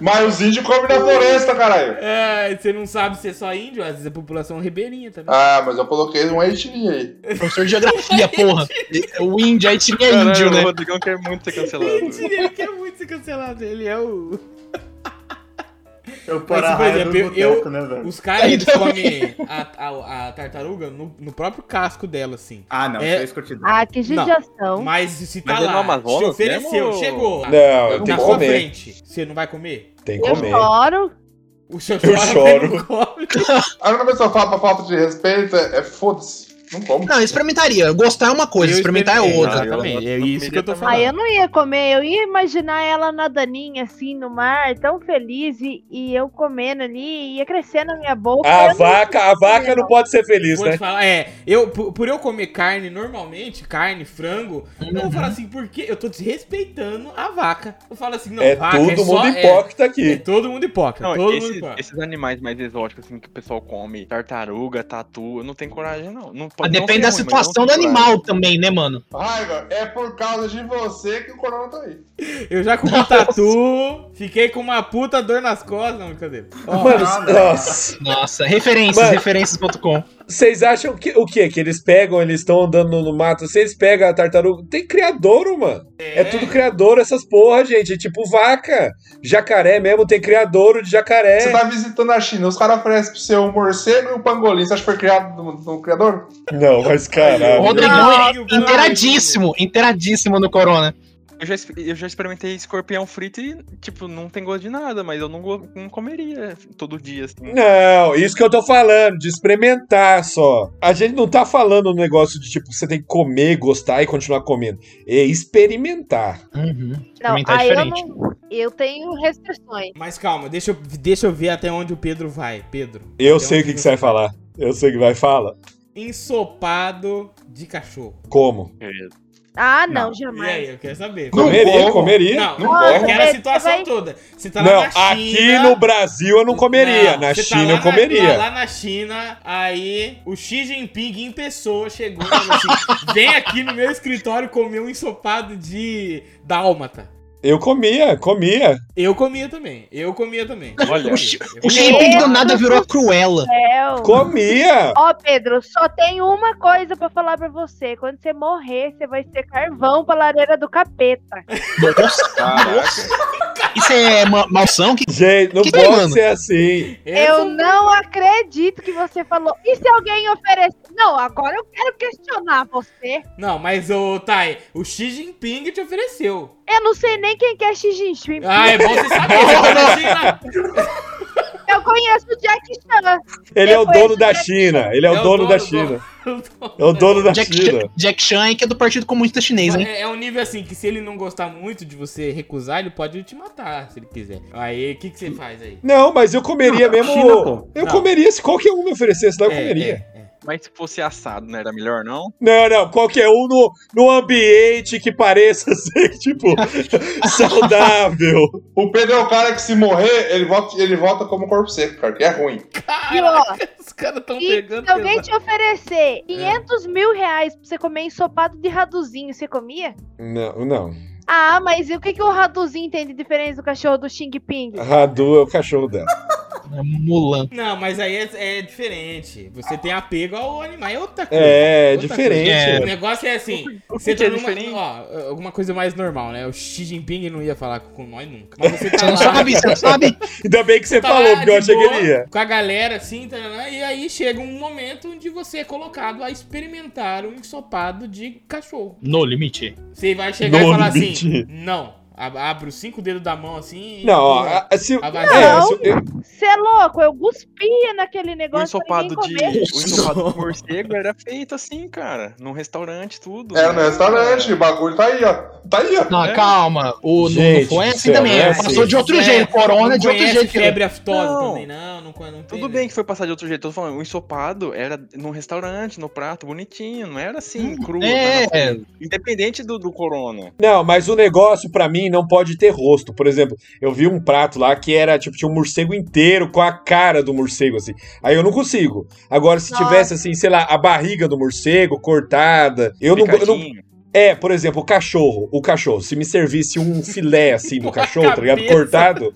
S7: Mas os índios comem na floresta, caralho.
S3: é, você não sabe se é só índio, às vezes é população ribeirinha também.
S7: Ah, mas eu coloquei um etnia aí.
S6: Professor de geografia, porra. O índio, a etnia é
S5: Caralho,
S6: índio,
S5: o
S6: né?
S5: Rodrigão quer muito ser cancelado.
S3: Mentira, ele quer é muito ser cancelado, ele é o...
S8: Eu
S3: Mas, por exemplo, eu, eu- os caras, eles
S6: Então-
S3: comem a, a- a tartaruga no, no próprio casco dela, assim.
S8: Ah, não,
S3: É-
S8: isso é escrotidão.
S9: Ah, que judiação.
S3: Mas se tá
S5: Mas é no
S3: lá,
S5: Amazonas
S3: te ofereceu,
S5: mesmo?
S3: chegou.
S4: Não,
S7: Eu
S4: tem
S3: na
S4: que
S3: sua
S4: comer.
S3: frente, você não vai comer?
S4: Tem que
S9: Eu
S4: comer.
S9: choro.
S3: O seu
S4: Eu choro.
S3: não come.
S7: A única pessoa que fala pra falta de respeito é, é foda-se. Não como.
S6: Não, eu experimentaria. Gostar é uma coisa,
S3: Eu
S6: experimentar é
S3: experimentei,
S4: Ah,
S6: outra.
S3: Exatamente, é
S5: Ah, Eu-
S3: isso que eu tô
S5: eu-
S3: falando.
S9: Aí eu não ia comer, eu ia imaginar ela nadaninha assim no mar, tão feliz, e, e eu comendo ali, ia crescendo na minha boca. eu
S4: A
S9: não-
S4: vaca, a vaca não pode ser feliz,
S3: Vou te
S4: né?
S3: falar, é, eu, por, por eu comer carne normalmente, carne, frango, eu vou
S6: Uhum.
S3: falar assim, porque eu tô desrespeitando a vaca. Eu falo assim, não,
S4: É
S3: vaca
S4: todo
S3: só-
S4: mundo
S3: é-
S4: hipócrita
S3: É,
S4: aqui.
S3: todo mundo hipócrita,
S5: Não,
S3: todo
S5: esses-
S3: mundo hipócrita.
S5: esses animais mais exóticos assim que o pessoal come, tartaruga, tatu, eu não tenho coragem não. não
S6: Mas
S5: pode não
S6: depende
S5: ser
S6: da
S5: ruim, mas eu não
S6: situação do
S5: tenho
S6: animal também, né, mano?
S7: Raiva, é por causa de você que o corona tá aí.
S3: Eu já comi tatu, fiquei com uma puta dor nas costas. Não, brincadeira. Ó,
S4: Mano,
S8: Ah, não.
S4: nossa.
S6: Nossa, referências,
S4: Mano.
S6: referências.com.
S4: Vocês acham que o quê? Que eles pegam, eles estão andando no mato, vocês pegam a tartaruga. Tem criadouro, mano. É, tudo criadouro essas porra, gente. É tipo vaca. Jacaré mesmo, tem criadouro de jacaré.
S7: Você tá visitando a China, os caras oferecem pro seu um morcego e um pangolim. Você acha que foi criado no, no criador?
S4: Não, mas caralho.
S6: Rodrigão
S3: Não,
S6: é
S3: não, não.
S6: inteiradíssimo, inteiradíssimo no Corona.
S5: Eu já, ex- eu já experimentei escorpião frito e, tipo, não tem gosto de nada, mas eu não, go- não comeria todo dia, assim.
S4: Não, isso que eu tô falando, de experimentar só. A gente não tá falando um negócio de tipo, você tem que comer, gostar e continuar comendo. É experimentar.
S9: Não,
S3: Também tá
S9: aí eu
S3: diferente.
S9: não. Eu tenho restrições.
S3: Mas calma, deixa eu, deixa eu ver até onde o Pedro vai. Pedro.
S4: Eu
S3: até
S4: sei o
S3: onde
S4: que, que você vai falar. Eu sei o que vai falar.
S3: Ensopado de cachorro.
S4: Como?
S9: Ah, não,
S3: E
S9: jamais.
S3: aí, eu quero saber.
S4: Não Comeria, como. comeria.
S3: Não,
S4: Não
S3: eu
S4: como.
S3: quero a
S9: Você
S3: situação
S9: vai-
S3: toda. Você tá
S4: não,
S3: lá na China.
S4: aqui no Brasil eu não comeria.
S3: Não,
S4: na
S3: você tá
S4: China
S3: lá
S4: eu comeria.
S3: Na, lá na China, aí o Xi Jinping em pessoa chegou e falou assim: vem aqui no meu escritório comer um ensopado de dálmata.
S4: Eu comia, comia.
S3: Eu comia também, eu comia também.
S5: Olha,
S6: O Xi- o Xi Jinping do nada virou a Cruella.
S9: Céu.
S4: Comia!
S9: Ó, Pedro, só tem uma coisa pra falar pra você. Quando você morrer, você vai ser carvão pra lareira do capeta.
S7: Caraca.
S6: Isso é ma- malsão? Que...
S4: Gente, não
S6: Que
S4: pode
S6: mano?
S4: ser assim.
S9: Eu não acredito que você falou. E se alguém oferecer? Não, agora eu quero questionar você.
S3: Não, mas o Thay, o Xi Jinping te ofereceu.
S9: Eu não sei nem quem que é Xi Jinping.
S3: Ah, é bom você saber. Você tá na China.
S5: Ah.
S9: Eu conheço o Jack Chan.
S4: Ele é o
S9: Depois
S4: dono
S9: do
S4: da
S9: Jack
S4: China. Ele é o dono da China. É o dono da
S6: Jack,
S4: China.
S6: Chan- Jack Chan, que é do Partido Comunista Chinês, hein?
S3: É, é um nível assim que se ele não gostar muito de você recusar, ele pode te matar se ele quiser. Aí, o que, que você faz aí?
S4: Não, mas eu comeria mesmo.
S8: China, pô.
S4: eu
S3: Não.
S4: comeria se qualquer um me oferecesse lá, eu
S3: É,
S4: comeria.
S3: é, é.
S5: Mas se fosse assado, não era melhor, não?
S4: Não, não, qualquer um no, no ambiente que pareça ser, tipo, saudável.
S7: O Pedro é o cara que se morrer, ele volta, ele volta como corpo seco, cara, que é ruim.
S5: Ah,
S9: E ó,
S3: Os caras tão
S9: e
S3: pegando.
S9: se alguém
S3: pesado.
S9: te
S5: É.
S9: oferecer 500 mil reais pra você comer ensopado de raduzinho, você comia?
S4: Não, não.
S9: Ah, mas e o que, que o raduzinho tem de diferença do cachorro do Xing Ping?
S5: Ah.
S4: Radu é o cachorro dela.
S6: É Mulan.
S3: Não, mas aí é, é diferente. Você tem apego ao animal, é outra coisa.
S4: É, é
S3: Outra
S4: diferente.
S6: É.
S3: O negócio é assim, você tá numa, ó, alguma coisa mais normal, né? O Xi Jinping não ia falar com nós nunca. Mas você
S6: Você
S3: tá
S6: não
S3: lá,
S6: sabe, você não sabe.
S4: Ainda bem que você
S3: tá
S4: falou,
S3: lá
S4: porque eu
S3: de
S4: achei que
S3: boa,
S4: ele ia.
S3: Com a galera, assim, tá, tá, e aí chega um momento onde você é colocado a experimentar um ensopado de cachorro.
S6: No limite.
S3: Você vai chegar
S4: No
S3: e falar
S4: limite.
S3: assim, não. A- Abre os cinco dedos da mão assim e-
S4: Não, ó, a- a- se,
S3: A
S4: é,
S3: vagina.
S4: se- eu-
S9: Você é louco? Eu guspia naquele
S5: O
S9: negócio pra
S5: ensopado
S9: ninguém
S5: de,
S9: comer.
S5: o ensopado de morcego era feito assim, cara. Num restaurante, tudo.
S7: É, no restaurante, o bagulho tá aí, ó. Tá aí, ó.
S6: Não, calma. O, não- não
S4: É. Gente
S6: foi
S4: do
S6: assim
S4: céu,
S6: também.
S4: é
S6: Passou
S4: assim.
S6: de outro
S3: É,
S6: jeito. Corona
S3: não
S6: de outro
S3: conhece
S6: jeito.
S3: Febre aftosa
S5: Não.
S3: também, não, não, conhe- não tem,
S5: Tudo
S3: né?
S5: bem que foi passar de outro jeito. Tô falando, o ensopado era num restaurante, no prato, bonitinho. Não era assim, cru.
S6: É,
S5: tava
S6: é.
S4: né?
S5: assim, Independente do, do corona.
S4: Não, mas o negócio pra mim não pode ter rosto. Por exemplo, eu vi um prato lá que era tipo tinha um morcego inteiro com a cara do morcego assim. Aí eu não consigo. Agora se
S9: Nossa.
S4: tivesse assim, sei lá, a barriga do morcego cortada, eu não, eu não
S5: Picadinho.
S4: É, por exemplo, o cachorro, o cachorro, se me servisse um filé assim do cachorro, tá ligado?
S3: cabeça.
S4: Cortado,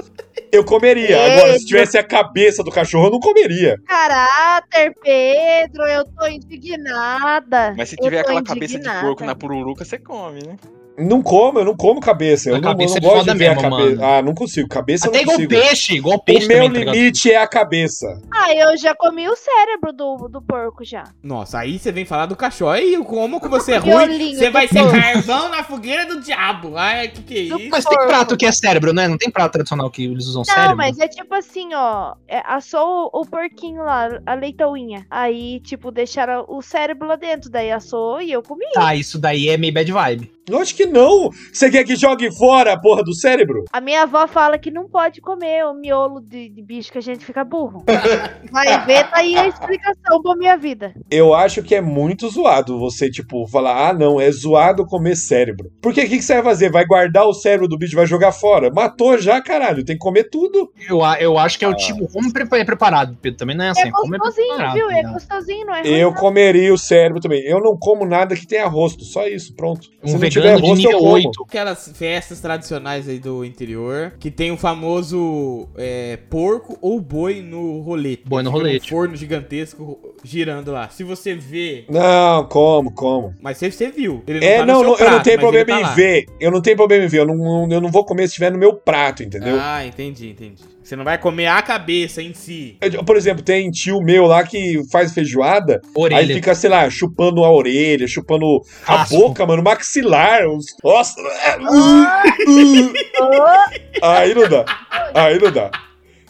S4: eu
S6: É,
S4: comeria. Agora se tivesse a cabeça do cachorro, eu não comeria.
S9: Caráter, Pedro, eu tô indignada.
S5: Mas se
S9: Eu
S5: tiver
S9: tô
S5: aquela cabeça de
S9: indignada.
S5: porco na pururuca, você come, né?
S4: Não como, eu não como cabeça. Eu
S6: A
S4: não, eu não
S6: cabeça é
S4: gosto
S6: foda
S4: de ver a
S6: mesmo,
S4: cabeça.
S6: mano.
S4: Ah, não consigo. Cabeça eu
S6: Até
S4: não
S6: igual
S4: consigo.
S6: peixe. Igual peixe
S4: o meu
S6: também, tá ligado?
S4: limite é a cabeça.
S9: Ah, eu já comi o cérebro do, do porco já.
S3: Nossa, aí você vem falar do cachorro. Aí, como que você é ruim?
S9: Violinho,
S3: Você vai
S9: que
S3: ser
S9: porra.
S3: carvão na fogueira do diabo. Ai, que que é
S9: Do
S3: isso?
S6: Mas tem
S9: Porco.
S6: prato que é cérebro, né? Não tem prato tradicional que eles usam
S9: Não,
S6: cérebro.
S9: mas é tipo assim, ó. É, assou o, o porquinho lá, a leitoinha. Aí, tipo, deixaram o cérebro lá dentro. Daí assou e eu comi.
S6: Tá, isso daí é meio bad vibe.
S4: Lógico que não. Você quer que jogue fora a porra do cérebro?
S9: A minha avó fala que não pode comer o miolo de, de bicho que a gente fica burro. Vai ver, tá aí a explicação pra minha vida.
S4: Eu acho que é muito zoado você, tipo, falar, ah, não, é zoado comer cérebro. Porque o que, que você vai fazer? Vai guardar o cérebro do bicho, e vai jogar fora? Matou já, caralho, tem que comer tudo.
S6: Eu, a- eu acho que
S4: Ah.
S6: é o tipo. Como pre- é preparado, Pedro? Também não é assim.
S9: é
S6: como
S9: gostosinho,
S6: preparado,
S9: viu?
S6: tá
S9: É
S3: né?
S6: ligado?
S9: gostosinho, não é ruim,
S4: Eu
S9: não.
S4: comeria o cérebro também. Eu não como nada que tenha rosto, só isso, pronto. Se
S6: Um
S4: não tiver
S6: vegano de
S4: rosto, eu
S6: nível
S4: como.
S6: 8.
S3: Aquelas festas tradicionais aí do interior que tem o famoso é, porco ou boi no rolete.
S6: Boi no
S3: Fica num
S6: rolete.
S3: forno gigantesco girando lá. Se você vê.
S4: Não, como, como?
S3: Mas você, você viu. Ele
S4: É,
S3: tá no
S4: não,
S3: seu
S4: não, eu não
S3: prato,
S4: tenho
S3: mas ele
S4: problema
S3: tá
S4: em
S3: lá.
S4: ver. Eu não tenho problema em ver. Eu não, não- eu não vou comer se estiver no meu prato, entendeu?
S3: Ah, entendi, entendi. Você não vai comer a cabeça em si.
S4: Eu, por exemplo, tem tio meu lá que faz feijoada,
S3: Orelha.
S4: aí fica, sei lá, chupando a orelha, chupando a
S3: Raspo.
S4: boca, mano, maxilar. uns- Nossa! aí não dá. Aí não dá.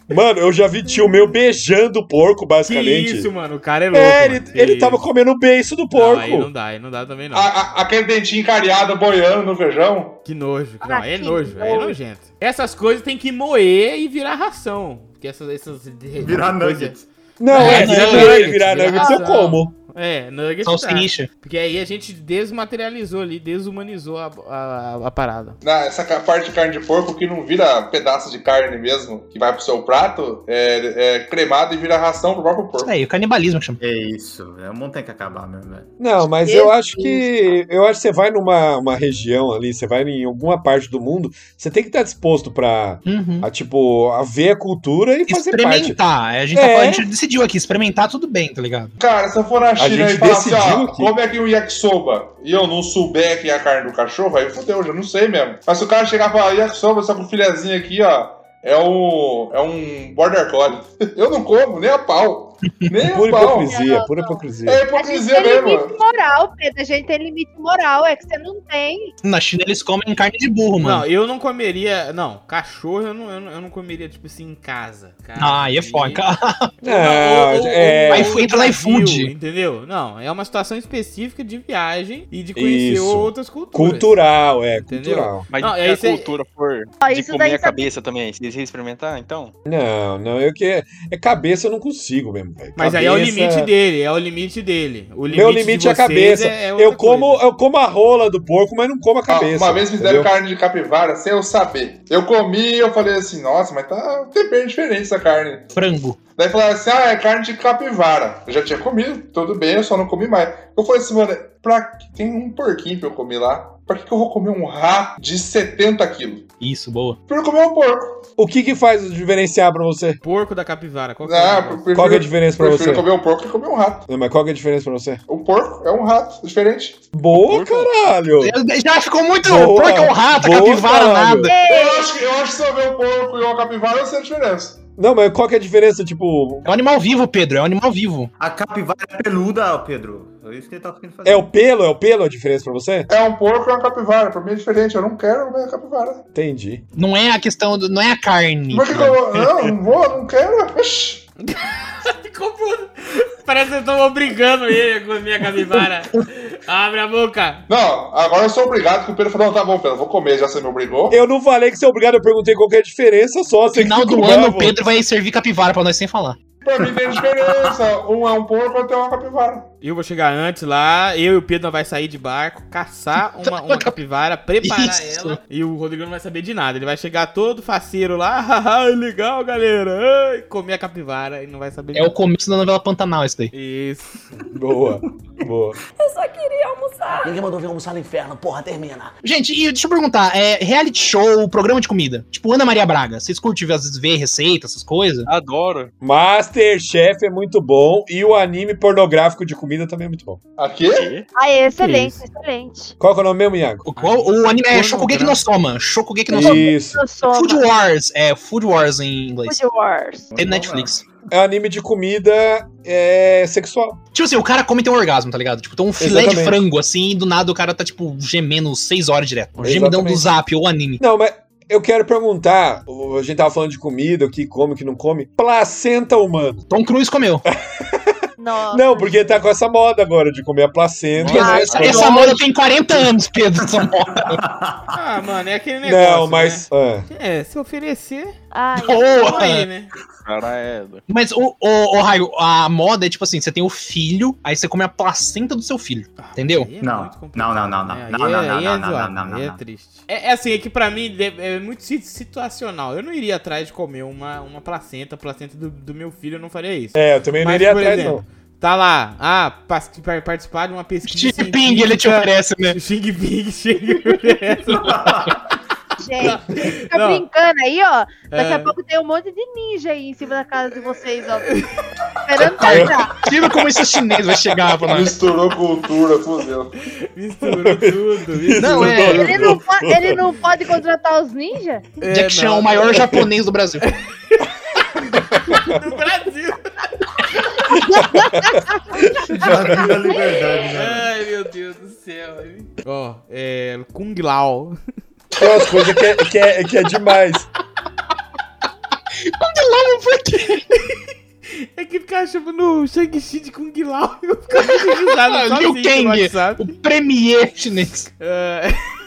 S4: Mano, eu já vi tio meu beijando o porco,
S3: Que
S4: basicamente.
S3: isso, mano. O cara é louco.
S4: É,
S3: mano.
S4: ele,
S3: Que
S4: ele
S3: isso.
S4: tava comendo o beiço do
S3: Não, aí não
S4: porco. Ah.
S3: dá, aí não dá também não.
S7: A- a- aquele dentinho encalhado boiando no feijão.
S3: Que nojo. Não, é
S7: que
S3: nojo, é
S7: nojo.
S3: nojento. Essas coisas tem que moer e virar ração. Porque essas. essas
S8: Virar nuggets.
S4: Não, é,
S3: nuggets,
S4: virar
S3: nuggets,
S4: nuggets, virar nuggets eu
S3: ração.
S4: como.
S3: É, nuggets. dá.
S6: Salsicha.
S3: Porque aí a gente desmaterializou ali, desumanizou a, a, a parada.
S7: Na, né? essa ca- parte de carne de porco que não vira pedaço de carne mesmo, que vai pro seu prato, é, é cremado e vira ração pro próprio porco.
S6: Isso aí, o canibalismo que chama.
S8: É isso, é um mundo tem que acabar mesmo, velho.
S4: Não, mas eu acho que. Eu acho que você vai numa uma região ali, você vai em alguma parte do mundo, você tem que estar disposto pra. a, tipo, a ver a cultura e fazer parte.
S6: Uhum. Experimentar. A gente, tá
S4: É.
S6: falando- a gente decidiu aqui, experimentar tudo bem, tá ligado?
S7: Cara, se eu for na China
S4: gente
S7: e falar assim,
S4: decidiu
S7: ó,
S4: aqui.
S7: come aqui um yakisoba e eu não souber que é a carne do cachorro, aí fodeu, eu já não sei mesmo. Mas se o cara chegar e falar, yakisoba, só com o filezinho aqui, ó, é um, é um border collie. Eu não como, nem a pau. Nem
S4: É Pura
S7: a pau.
S4: hipocrisia, pura hipocrisia.
S7: É
S12: A gente
S7: hipocrisia
S12: tem
S7: mesmo.
S12: limite moral, Pedro. A gente tem limite moral. É que você não tem.
S6: Na China eles comem carne de burro, mano.
S3: Não, eu não comeria. Não, cachorro eu não, eu não, eu não comeria, tipo assim, em casa. Cara,
S6: Ah, aí é foda.
S4: Não, é-
S6: Aí foi- entra no
S3: Brasil,
S6: iFood.
S3: Entendeu? Não, é uma situação específica de viagem e de conhecer
S4: Isso.
S3: outras culturas.
S4: Cultural, é,
S3: Entendeu?
S4: cultural.
S5: Mas
S3: Não,
S5: se
S3: é
S5: a
S3: isso aí-
S5: cultura for
S12: Ah,
S5: de
S12: isso
S5: comer
S12: daí
S5: a
S12: tá-
S5: cabeça também, vocês iam experimentar, então?
S4: Não, não, eu que. É cabeça, eu não consigo mesmo, velho.
S3: Mas aí é o
S4: Cabeça-
S3: limite dele, é o limite dele. O limite
S4: Meu
S3: de
S4: limite é a
S3: vocês
S4: cabeça.
S3: é- é outra
S4: eu, como, eu como a rola do porco, mas não como a
S7: Ah,
S4: cabeça.
S7: Uma vez me deram
S4: entendeu?
S7: carne de capivara sem eu saber. Eu comi e eu falei assim, nossa, mas tá um tempero diferente essa carne.
S6: Frango.
S7: Daí falaram assim, ah, é carne de capivara. Eu já tinha comido, tudo bem, eu só não comi mais. Eu falei assim, mano, pra... que- tem um porquinho pra eu comer lá. Pra que, que eu vou comer um rato de 70 quilos?
S6: Isso, boa.
S7: Pra eu comer um porco.
S4: O que que faz o diferenciar pra você?
S3: Porco da capivara, qual que é? o
S7: Ah, eu
S3: negócio?
S7: prefiro-
S4: Qual que é a diferença pra
S7: prefiro
S4: você?
S7: comer um porco que comer um rato.
S4: Não, mas qual que é a diferença pra você?
S7: O porco é um rato, diferente.
S4: Boa, caralho!
S7: É.
S6: Já- Já ficou muito.
S4: Boa.
S6: Porco é um rato,
S4: Boa,
S6: capivara,
S4: caralho.
S6: nada.
S7: Eu acho, que- eu acho que se eu ver um porco e uma capivara, eu sei a diferença.
S4: Não, mas qual que é a diferença, tipo.
S6: É um animal vivo, Pedro. É um animal vivo.
S8: A capivara é peluda, Pedro. É isso que ele tá conseguindo fazer.
S4: É o pelo? É o pelo a diferença pra você?
S7: É um porco e uma capivara, pra mim é diferente, eu não quero comer a capivara.
S4: Entendi.
S6: Não é a questão. do- não é a carne.
S7: Mas que
S9: Uhum.
S7: que eu vou? Não, não vou, não quero. Oxi.
S3: Parece que eu tô obrigando ele a comer a capivara. Abre a boca.
S7: Não, agora eu sou obrigado, que o Pedro falou, não, tá bom, Pedro, vou comer, já você me obrigou.
S4: Eu não falei que você é obrigado, eu perguntei qual que é a diferença só. você
S6: Final
S4: que
S6: do
S4: ficou
S6: ano,
S4: bravo.
S6: o Pedro vai servir capivara pra nós sem falar.
S7: Pra mim tem diferença. Um é um porco, outro é uma capivara.
S3: Eu vou chegar antes lá, eu e o Pedro vai sair de barco, caçar uma, uma capivara, preparar
S6: Isso.
S3: ela. E o Rodrigo não vai saber de nada. Ele vai chegar todo faceiro lá, haha, legal, galera. ai", comer a capivara e não vai saber de
S6: É o
S3: nada.
S6: começo da novela Pantanal, isso daí.
S3: Isso.
S4: Boa, boa.
S10: Eu só queria almoçar. Ninguém mandou vir almoçar no inferno, porra, termina.
S6: Gente, e deixa eu perguntar, é reality show, programa de comida? Tipo, Ana Maria Braga, vocês curtem às vezes ver receita, essas coisas?
S5: Adoro.
S4: Masterchef é muito bom e o anime pornográfico de comida também é muito bom.
S7: Aqui?
S9: Ah, é excelente,
S4: isso?
S9: excelente.
S4: Qual que é o nome mesmo, Iago?
S9: Ah,
S6: O, o, o anime é Shokugeki
S9: né?
S6: no Soma, Shokugeki no Soma.
S4: Isso.
S6: Food Wars, é, Food Wars em inglês.
S9: Food Wars. né?
S6: Tem no Netflix.
S4: É anime de comida é, sexual.
S6: Tipo assim, o cara come e tem um orgasmo, tá ligado? Tipo, tem um filé de
S4: Exatamente.
S6: frango, assim, e do nada o cara tá, tipo, gemendo seis horas direto. Um gemidão do
S4: Exatamente.
S6: zap ou anime.
S4: Não, mas eu quero perguntar, o- a gente tava falando de comida, o que come, o que não come. Placenta humana.
S6: Tom Cruise comeu.
S9: Nossa.
S4: Não, porque tá com essa moda agora de comer a placenta.
S6: Ah,
S4: né?
S6: essa,
S3: é um
S6: essa moda tem 40 anos, Pedro. Essa moda.
S3: Ah, mano, é aquele negócio.
S4: Não, mas... é.
S3: né? É, se oferecer.
S9: Ai,
S3: tamo aí,
S6: Boa!
S3: né?
S5: Caralho.
S6: Mas, o, o, o Raio, a moda é tipo assim: você tem o filho, aí você come a placenta do seu filho. Entendeu?
S3: Aí é
S8: Não,
S3: muito
S8: não,
S3: complicado,
S8: não, não, não.
S3: né? Aí
S8: Não, não,
S3: é-
S8: não,
S3: aí é
S8: não, não,
S3: zoado,
S8: não, não, não,
S3: aí é
S8: não.
S3: triste. É, é assim, é que pra mim de- é muito si- situacional. Eu não iria atrás de comer uma, uma placenta, a placenta do, do meu filho, eu não faria isso.
S4: É, eu também não
S3: Mas,
S4: iria
S3: por
S4: atrás,
S3: exemplo,
S4: não.
S3: Tá lá, ah, pas- par- participar de uma pesquisa é.
S6: Xing Ping, ele te
S3: científica.
S6: oferece, né?
S3: Xing Ping, Xing Ping.
S9: gente. Tá
S3: Não.
S9: brincando aí, ó. Daqui
S3: É.
S9: a pouco tem um monte de ninja aí em cima da casa de vocês, ó. Esperando entrar.
S6: Tira como isso é chinês vai chegar pra nós.
S7: Misturou cultura, fudeu.
S3: Misturou tudo.
S6: Não, é.
S9: Ele não, po- ele não pode contratar os ninjas?
S3: É,
S6: Jack
S8: é
S6: Chan, o maior japonês do Brasil.
S3: do Brasil.
S1: Já viu a liberdade, né?
S3: Ai, meu Deus do céu. hein? é. Ó, é. Kung Lao.
S4: Tem umas coisas que é, que é, que é demais.
S6: Kung Lao não foi
S3: É que fica chamando no Shang-Chi de Kung Lao. Eu fico muito risado.
S6: Liu
S3: sozinho assim, no
S6: Kang,
S3: WhatsApp.
S6: o premier chinês.
S3: É.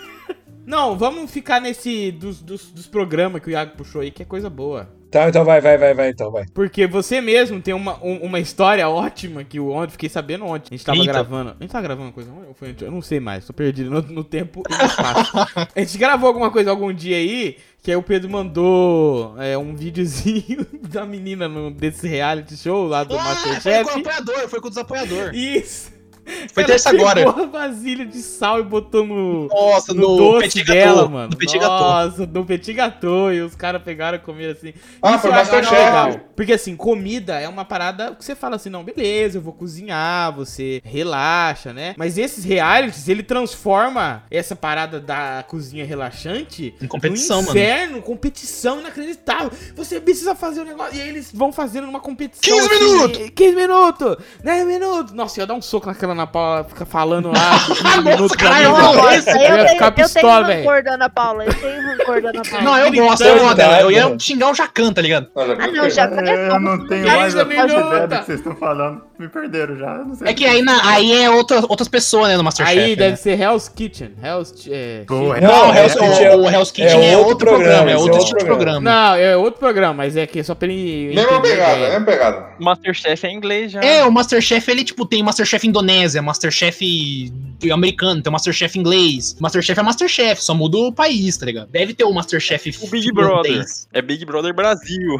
S3: Não, vamos ficar nesse dos, dos, dos programas que o Iago puxou aí, que é coisa boa.
S4: Tá, então vai, vai, vai, vai, então vai.
S3: Porque você mesmo tem uma, um- uma história ótima que o ontem, fiquei sabendo ontem. A gente tava
S6: Eita.
S3: gravando. A gente tava gravando coisa ontem? ou foi antes? Eu não sei mais, tô perdido no, no tempo e no espaço. a gente gravou alguma coisa algum dia aí, que aí o Pedro mandou é, um videozinho da menina no, desse reality show lá do
S6: Ah, foi com o
S3: Masterchef.
S6: apoiador, foi com o desapoiador.
S3: Isso.
S6: Foi terça
S3: Ela
S6: agora.
S3: pegou a vasilha de sal e botou no,
S6: Nossa,
S3: no
S6: no
S3: doce
S6: petit gâteau,
S3: dela, mano.
S6: no petit gâteau.
S3: Nossa, no petit gâteau. E os caras pegaram e comeram assim.
S7: Ah, foi
S3: eu acho
S7: Masterchef.
S3: legal. Porque assim, comida é uma parada que você fala assim, não, beleza, eu vou cozinhar, você relaxa, né? Mas esses realities, ele transforma essa parada da cozinha relaxante
S6: Em competição,
S3: num
S6: mano.
S3: inferno, competição inacreditável. Você precisa fazer um negócio. E aí eles vão fazendo uma competição.
S6: 15 minutos!
S3: 15 minutos! 10 minutos! Nossa, eu ia dar um soco naquela Ana Paula, fica falando lá. 15 minutos pra
S6: caralho,
S3: mim, né?
S6: eu
S3: nossa,
S6: amo
S9: Nossa,
S3: eu ia
S9: eu, tenho,
S3: ficar
S9: eu tenho
S3: pistola, velho.
S9: rancor da Ana Paula. Eu tenho rancor da Ana Paula.
S6: Não, eu gosto, eu gosto dela. Eu ia xingar o Jacan, tá ligado?
S9: Ah, não, já
S11: Eu não tenho mais a
S3: Benota.
S11: puta ideia do que vocês estão falando. Me perderam já. eu Não sei
S6: É que aí, na- aí é outra, outras pessoas, né, no Masterchef.
S3: Aí
S6: né?
S3: deve ser Hell's Kitchen. Hell's. É,
S11: Boa,
S3: Kitchen.
S6: Não,
S4: Não,
S6: o
S4: Hell's
S6: Hell's
S4: Kitchen
S6: Kitchen,
S4: é-
S6: o Hell's Kitchen é, outro programa, é outro, tipo de programa.
S3: Não, é outro programa, mas é que só pra ele.
S7: Mesma
S3: entender é, a
S7: pegada,
S6: né?
S3: ideia.
S7: mesma pegada.
S5: Masterchef é inglês já.
S6: É, o Masterchef, ele, tipo, tem Masterchef Indonésia, Masterchef americano, tem o Masterchef inglês. Masterchef é Masterchef, só muda o país, tá ligado? Deve ter o Masterchef
S5: O
S6: finlandês.
S5: Big Brother. É Big Brother Brasil.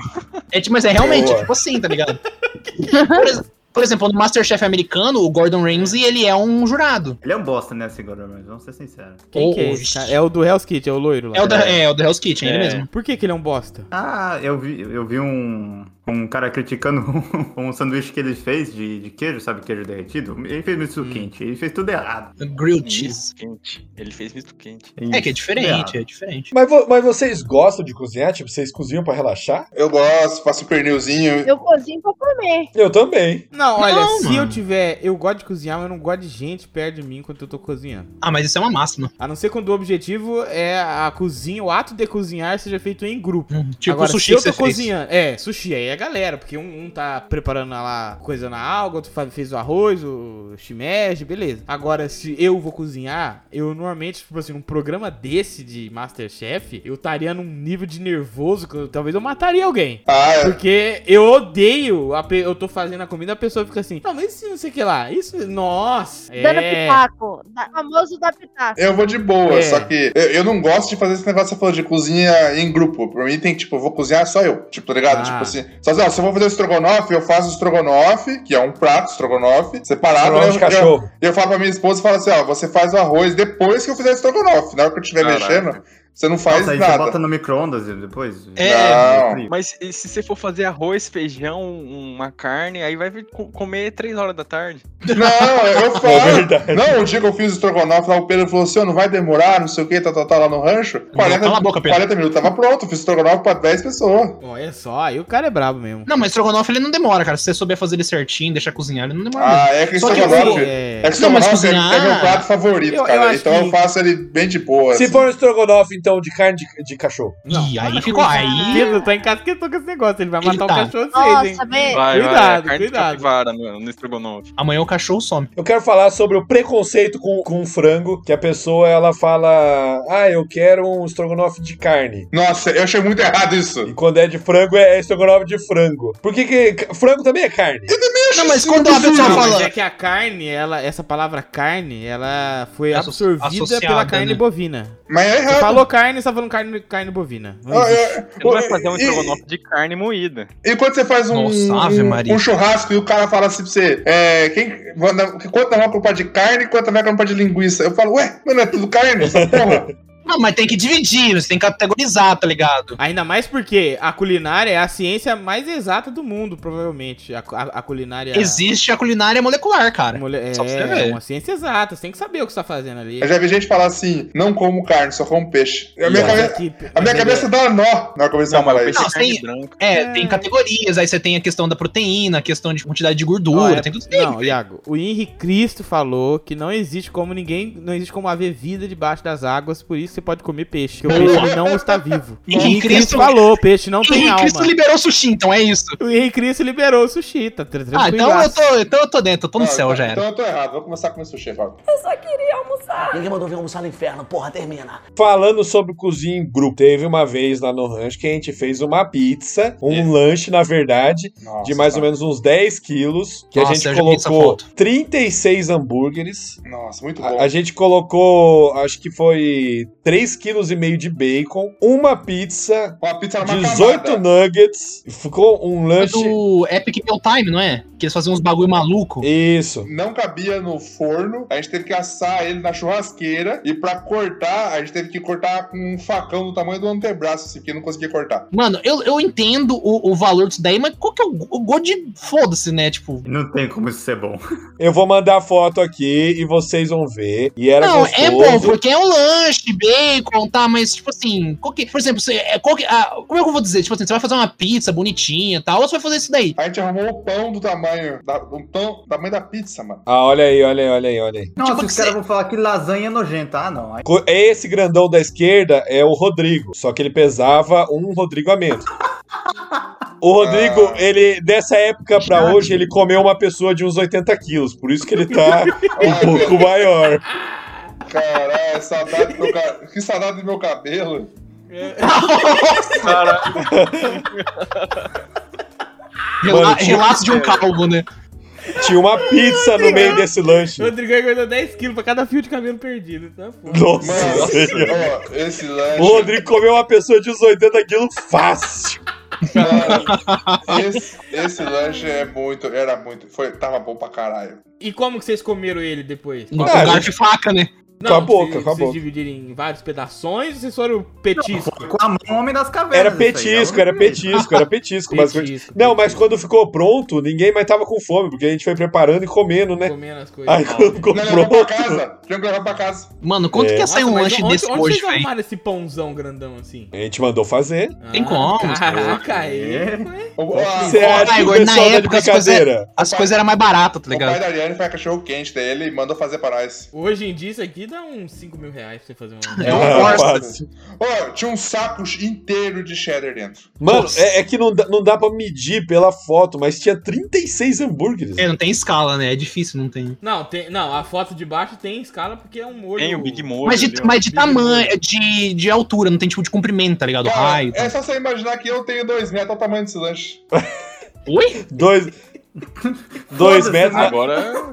S6: É, tipo, mas é realmente, é
S4: Boa.
S6: tipo assim, tá ligado? por, ex- por exemplo, no Masterchef americano, o Gordon Ramsay, ele é um jurado.
S11: Ele é um bosta, né, Segura? Mas vamos ser sinceros.
S3: Quem que é
S6: Ou-
S3: esse cara? É o do Hell's Kitchen, é o loiro lá.
S6: É o da, é, o da Hell's Kitchen,
S5: É.
S6: ele mesmo.
S3: Por que, que ele é um bosta?
S11: Ah, eu vi, eu vi um, um cara criticando um sanduíche que ele fez de, de queijo, sabe? Queijo derretido. Ele fez misto
S7: Hum.
S11: quente, ele fez tudo errado.
S6: Grilled cheese.
S5: Misto quente. Ele fez misto quente.
S6: É que é
S11: Isso,
S6: diferente,
S11: tudo
S6: é diferente.
S4: Mas, vo- mas vocês gostam de cozinhar? Tipo, vocês cozinham pra relaxar?
S7: Eu gosto, faço pernilzinho.
S9: Eu cozinho pra comer.
S4: Eu também.
S3: Não, olha,
S6: Não,
S3: se
S6: mano.
S3: eu tiver. Eu gosto de cozinhar, mas eu não gosto de gente perto de mim enquanto eu tô cozinhando.
S6: Ah, mas isso é uma máxima.
S3: A não ser quando o objetivo é a cozinha, o ato de cozinhar seja feito em grupo.
S6: Tipo
S3: Agora,
S6: o sushi
S3: se eu
S6: que você
S3: tô
S6: fez.
S3: cozinhando, é, sushi, aí é a galera, porque um, um tá preparando lá coisa na alga, outro fa- fez o arroz, o shimeji, beleza. Agora, se eu vou cozinhar, eu normalmente, tipo assim, num programa desse de Masterchef, eu estaria num nível de nervoso que eu- talvez eu mataria alguém.
S7: Ah, é.
S3: Porque eu odeio, a pe- eu tô fazendo a comida, a pessoa fica assim, não, mas isso não sei o que lá, isso, nossa,
S9: Dando
S3: é...
S9: pitaco. Da- famoso da pitaco.
S7: Eu vou de boa,
S3: É.
S7: só que eu, eu não gosto de fazer esse negócio que você falou de cozinha em grupo. Pra mim tem que, tipo, eu vou cozinhar só eu. Tipo, tá ligado?
S3: Ah.
S7: Tipo assim. Só assim, ó, se eu vou fazer o estrogonofe, eu faço o estrogonofe, que é um prato, estrogonofe, separado.
S4: Estrogonofe
S7: né?
S4: de
S7: Eu-
S4: cachorro.
S7: Eu, eu falo pra minha esposa e falo assim, ó, você faz o arroz depois que eu fizer o estrogonofe. Na hora que eu estiver
S5: Caraca.
S7: mexendo, você não faz
S11: Nossa, aí você
S7: nada.
S11: bota no micro-ondas e depois.
S7: É. Não.
S5: Mas e se você for fazer arroz, feijão, uma carne, aí vai co- comer três horas da tarde.
S7: Não, eu eu
S4: É
S7: falo.
S4: verdade.
S6: tipo
S7: Não, o dia que eu fiz o estrogonofe lá, o Pedro falou assim: "Ô, não vai demorar, não sei o que, tá, tá, tá lá no rancho. 40,
S6: cala a boca, Pedro.
S7: 40 minutos, tava pronto, fiz estrogonofe pra 10 pessoas.
S3: Olha só, aí o cara é brabo mesmo.
S6: Não, mas estrogonofe ele não demora, cara. Se você souber fazer ele certinho, deixar cozinhar, ele não demora
S7: Ah,
S6: mesmo.
S7: é que
S6: Só que
S3: assim,
S7: estrogonofe.
S6: eu-
S7: É que
S6: Não, mas
S7: estrogonofe é,
S6: cozinhar-
S7: é meu prato favorito,
S3: Eu- eu
S7: cara.
S3: acho
S7: então eu
S3: que-
S7: faço ele bem de boa.
S4: Se
S7: assim.
S4: for um estrogonofe, então, de carne de, de cachorro.
S6: Ih, aí ficou. Aí.
S3: Pedro tá encasquetando com esse negócio, ele vai matar o
S6: tá.
S3: cachorro de vocês, hein?
S9: Nossa, velho.
S5: Vai,
S3: Cuidado,
S5: vai, carne de
S3: cuidado.
S5: capivara no, no estrogonofe.
S6: Amanhã o cachorro some.
S4: Eu quero falar sobre o preconceito com, com o frango, que a pessoa, ela fala, ah, eu quero um estrogonofe de carne.
S7: Nossa, eu achei muito errado isso.
S4: E quando é de frango, é estrogonofe de frango. Por que que... Frango também é carne.
S6: Não, mas quando a pessoa
S3: Não, mas
S6: fala.
S3: é que a carne, ela, essa palavra carne, ela foi
S6: Asso-
S3: absorvida
S6: associada,
S3: pela carne
S6: né?
S3: bovina.
S7: Mas é
S3: Você
S7: errado.
S3: falou carne, você tá falando carne, carne bovina. Não
S7: Ah,
S3: existe.
S7: é.
S5: Você não vai fazer um
S7: E-
S5: estrogonofe de carne moída.
S7: E quando você faz um,
S6: Nossa, Ave Maria.
S7: um churrasco e o cara fala assim pra você: é, quem, manda- quanto não é uma culpa de carne e quanto não é uma culpa de linguiça? Eu falo, ué, mas não é tudo carne? Essa porra.
S6: Não, mas tem que dividir, você tem que categorizar, tá ligado?
S3: Ainda mais porque a culinária é a ciência mais exata do mundo, provavelmente. A, cu- a- a culinária.
S6: Existe a culinária molecular, cara. Só pra você
S3: É,
S6: ver.
S3: é uma ciência exata, você tem que saber o que você tá fazendo ali.
S7: Eu já vi gente falar assim, não como carne, só como peixe. é- A minha,
S3: Ih,
S7: cabe-
S3: olha aqui,
S7: a minha
S3: é mas
S7: cabeça dá um nó na hora que eu a falar isso.
S6: Não, tem, é, tem categorias, aí você tem a questão da proteína, a questão de quantidade de gordura,
S3: Olha,
S6: é, tem tudo isso. aí,
S3: Não,
S6: velho.
S3: Iago, o Henri Cristo falou que não existe como ninguém, não existe como haver vida debaixo das águas, por isso você pode comer peixe, que o peixe não está vivo. O
S6: Henri
S3: Henri Cristo
S6: Cristo-
S3: falou, peixe não
S6: O
S3: tem
S6: Henrique Cristo
S3: alma.
S6: liberou o sushi, então é isso.
S3: O Henri Cristo liberou o sushi, tá tra-
S6: Ah,
S3: tranquilo.
S6: então eu tô, então eu tô dentro, eu tô no
S7: Ah,
S6: céu, já era.
S7: Então eu tô errado, vou começar com isso, chefe.
S10: Eu só queria almoçar. Ninguém mandou vir almoçar no inferno, porra, termina.
S4: Falando sobre cozinha em grupo, teve uma vez lá no rancho que a gente fez uma pizza, um lanche, na verdade,
S7: Nossa,
S4: de mais ou menos uns 10 quilos, que
S7: Nossa,
S4: a gente
S7: eu já vi essa
S4: colocou
S7: foto.
S4: 36 hambúrgueres.
S7: Nossa, muito bom.
S4: A, a gente colocou, acho que foi 3,5 kg de bacon, uma pizza,
S7: Uma pizza era uma
S4: 18 nuggets, ficou um lanche...
S6: do Epic Meal Time, não é? Que eles faziam uns bagulho maluco.
S4: Isso.
S7: Não cabia no forno, a gente teve que assar ele na churrasqueira e pra cortar, a gente teve que cortar com um facão do tamanho do antebraço, assim, porque não conseguia cortar.
S6: Mano, eu, eu entendo o, o valor disso daí, mas qual que é o, o gosto de foda-se, né? Tipo.
S11: Não tem como isso ser bom.
S4: Eu vou mandar a foto aqui e vocês vão ver. E era
S6: não,
S4: gostoso.
S6: é bom, porque é um lanche, bacon, tá? Mas, tipo assim, qual que- por exemplo, você, é, qual que- ah, como é que eu vou dizer? Tipo assim, você vai fazer uma pizza bonitinha e tal, ou você vai fazer isso daí?
S7: A gente arrumou o pão do tamanho, da, um pão do tamanho da pizza, mano.
S4: Ah, olha aí, olha aí, olha aí, olha aí.
S6: Tipo,
S11: Nossa, os caras vão falar que lasanha é nojenta. Ah, não. Aí-
S4: Co- Esse grandão da esquerda é o Rodrigo, só que ele pesava um Rodrigo a menos. O Rodrigo,
S7: Ah.
S4: ele, dessa época pra hoje, ele comeu uma pessoa de uns 80 quilos, por isso que ele tá um pouco maior.
S7: Caralho, saudade do meu ca- que saudade do meu cabelo.
S6: Cara. Rela-
S4: Mano, tinha-
S6: relato de um calvo, né?
S4: Tinha uma pizza no meio desse lanche.
S3: O Rodrigo engordou 10 quilos pra cada fio de cabelo perdido, tá foda.
S4: Nossa senhora.
S7: Ó, esse lanche. é
S4: O Rodrigo comeu uma pessoa de uns 80 quilos fácil.
S7: Esse, esse lanche é muito, era muito, foi, tava bom pra caralho.
S3: E como que vocês comeram ele depois?
S7: Com Ah, garfo
S6: e Um faca, né?
S3: Não,
S7: Com a boca,
S3: vocês,
S7: com a
S3: vocês
S7: boca.
S3: dividiram em vários pedações ou vocês foram petisco?
S11: com a mão, homem das
S7: Tá
S11: cavernas.
S4: Era
S7: É um
S4: petisco, era petisco, era petisco, basicamente. Não, mas quando ficou pronto, ninguém mais tava com fome, porque a gente foi preparando e comendo, né?
S3: Comendo as coisas.
S4: Aí quando ficou
S7: Não, levou pra
S4: pronto.
S7: casa, tinha que levar pra casa.
S6: Mano,
S4: quanto É. que ia sair um
S3: mas
S4: lanche
S3: onde,
S4: desse
S3: onde
S4: hoje,
S3: vocês
S4: véi?
S3: arrumaram esse pãozão grandão assim?
S4: A gente mandou fazer.
S6: Tem como.
S3: Caraca, aí.
S4: Você acha que o
S6: na
S4: pessoal tá de
S6: época as coisas
S4: brincadeira?
S6: as coisas eram mais baratas, tá
S7: O pai da
S6: ligado?
S7: Ariane faz cachorro quente, daí ele mandou fazer pra nós.
S3: Hoje em dia isso aqui dá uns 5 mil reais pra você fazer uma...
S4: É um Ah, Corsa. fácil.
S7: Ô, tinha um saco inteiro de cheddar dentro.
S4: Mano, é, é que não dá, não dá pra medir pela foto, mas tinha 36 hambúrgueres.
S6: É, não tem escala, né? É difícil, não tem.
S3: Não, tem, não, a foto de baixo tem escala porque é um molho.
S5: Tem o Big Mo.
S6: Mas de, mas de tamanho, de, de altura, não tem tipo de comprimento, tá ligado?
S7: Cara,
S6: Raio.
S7: é só você imaginar que eu tenho dois metros, olha o tamanho desse lanche.
S6: Oi?
S4: Dois. dois metros.
S6: né?
S5: Agora.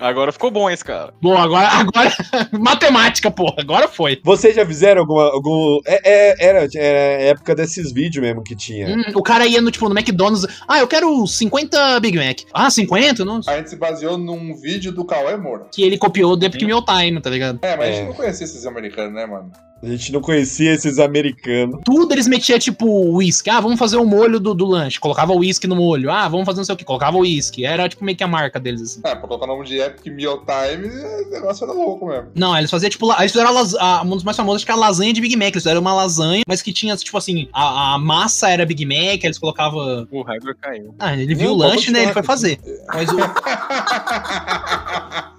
S5: Agora ficou bom esse cara.
S6: Bom, agora. agora matemática, porra, agora foi.
S4: Vocês já fizeram alguma. Algum, é- é- era, era a época desses vídeos mesmo que tinha.
S6: Hum, o cara ia no, tipo, no McDonald's. Ah, eu quero 50 Big Mac. Ah, 50? Não.
S7: A gente se baseou num vídeo do Cauê Moura.
S6: Que ele copiou do Epic Meal Time, tá ligado?
S7: É, mas a
S4: É.
S7: gente não conhecia esses americanos, né, mano?
S4: A gente não conhecia esses americanos.
S6: Tudo eles metiam tipo uísque. Ah, vamos fazer o molho do, do lanche. Colocava uísque no molho. Ah, vamos fazer não sei o que. Colocava uísque. Era tipo meio que a marca deles, assim.
S7: É, pra colocar o nome de Epic Meal Time, é, o negócio era louco mesmo.
S6: Não, eles faziam tipo. la- Eles fizeram a las- a- um dos mais famosos, acho que é a lasanha de Big Mac. Eles fizeram uma lasanha, mas que tinha, tipo assim, a, a massa era Big Mac, aí eles colocavam.
S5: O Hagler caiu.
S6: Ah, ele viu
S5: Não,
S6: o
S5: pode
S6: lanche, né? Ele foi
S5: continuar.
S6: fazer. Mas o.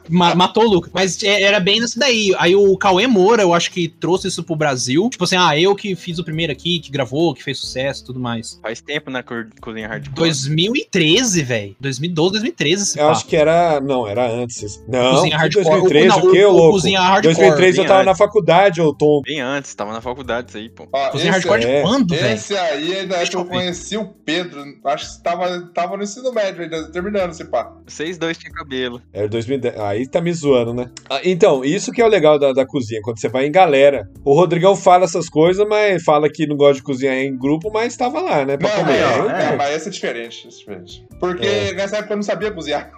S6: Ma- matou o Lucas. Mas é- era bem isso daí. Aí o Cauê Moura, eu acho que trouxe isso pro Brasil. Tipo assim, ah, eu que fiz o primeiro aqui, que gravou, que fez sucesso e tudo mais.
S5: Faz tempo né, na cor- cozinha hardcore.
S6: 2013, velho. 2012, 2013, esse
S4: Eu
S6: pá.
S4: acho que era. Não, era antes. Não,
S6: Cozinha
S4: que
S6: hardcore.
S4: 2013,
S6: O- não,
S4: o que,
S6: o- o
S4: louco?
S6: cozinha hardcore.
S4: 2013 eu
S5: Bem
S4: tava na
S5: antes.
S4: faculdade, ô Tom.
S5: Bem antes, tava na faculdade isso aí, pô.
S7: Cozinha esse- hardcore de
S4: é.
S6: quando,
S7: Esse aí é da época que eu conheci o Pedro. Acho que tava, tava no ensino médio ainda, terminando esse pá.
S5: Vocês dois tinham cabelo.
S4: Era 2010. Aí tá me zoando, né? Ah, Então, isso que é o legal da, da cozinha, quando você vai em galera. O Rodrigão fala essas coisas, mas fala que não gosta de cozinhar em grupo, mas tava lá, né? Pra
S7: Não,
S4: comer.
S7: não, é.
S4: Eu-
S7: não, mas esse é diferente, esse é diferente. Porque
S4: É.
S7: nessa época eu não sabia cozinhar.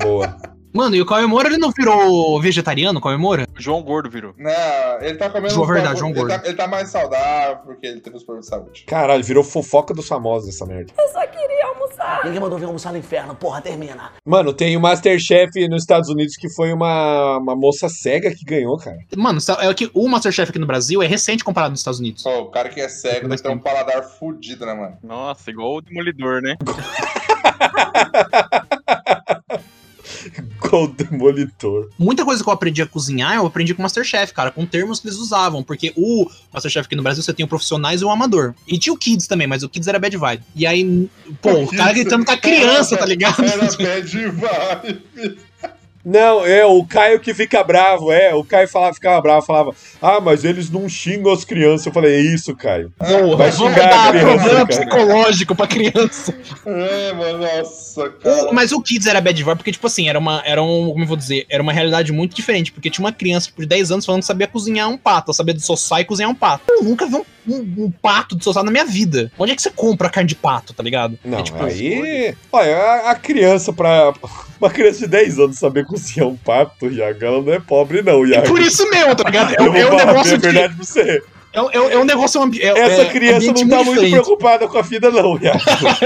S4: Boa.
S6: Mano, e o Cauê Moura, ele não virou vegetariano, Cauê Moura?
S5: João Gordo virou.
S7: Não, ele tá comendo.
S6: João
S7: uns
S6: Verdade,
S7: bagulho-
S6: João
S7: ele
S6: Gordo.
S7: tá- ele tá mais saudável porque ele teve os problemas de saúde.
S4: Caralho, virou fofoca dos famosos essa merda.
S10: Eu só queria almoçar. Ninguém mandou vir almoçar no inferno, porra, termina.
S4: Mano, tem o Masterchef nos Estados Unidos que foi uma, uma moça cega que ganhou, cara.
S6: Mano, sa- é que o Masterchef aqui no Brasil é recente comparado nos Estados Unidos.
S7: Pô, o cara que é cego deve ter um paladar fudido, né, mano?
S5: Nossa, igual o Demolidor, né?
S4: Gol demolitor.
S6: Muita coisa que eu aprendi a cozinhar, eu aprendi com o Masterchef, cara, com termos que eles usavam. Porque o Masterchef aqui no Brasil, você tem o profissionais e o amador. E tinha o Kids também, mas o Kids era bad vibe. E aí, pô, o cara gritando com a criança, tá ligado?
S7: Era bad vibe.
S4: Não, é o Caio que fica bravo, é. O Caio falava, ficava bravo, falava, ah, mas eles não xingam as crianças. Eu falei, é isso, Caio. Vai
S6: Vamos
S4: xingar a
S6: dar
S4: criança, cara.
S6: problema psicológico pra criança.
S7: É, mano, nossa, cara.
S6: O- mas o Kids era bad vibe porque, tipo assim, era uma, era um, como eu vou dizer, era uma realidade muito diferente, porque tinha uma criança tipo, de 10 anos falando que sabia cozinhar um pato, ela sabia dissossar e cozinhar um pato. Eu nunca vi um, um, um pato dissossar na minha vida. Onde é que você compra carne de pato, tá ligado?
S4: Não,
S6: é, tipo,
S4: aí. Olha, a, a criança pra. Uma criança de 10 anos saber cozinhar um pato, Iago, ela não é pobre, não, Iago.
S6: Por isso mesmo, tá ligado? É,
S4: Eu
S6: um-
S4: vou
S6: é um
S4: falar
S6: negócio
S4: a
S6: de...
S4: verdade pra você.
S6: É, um- é um- é um negócio... ambi- É,
S4: Essa
S6: é,
S4: criança
S6: ambiente
S4: não tá muito
S6: diferente.
S4: preocupada com a vida, não, Iago.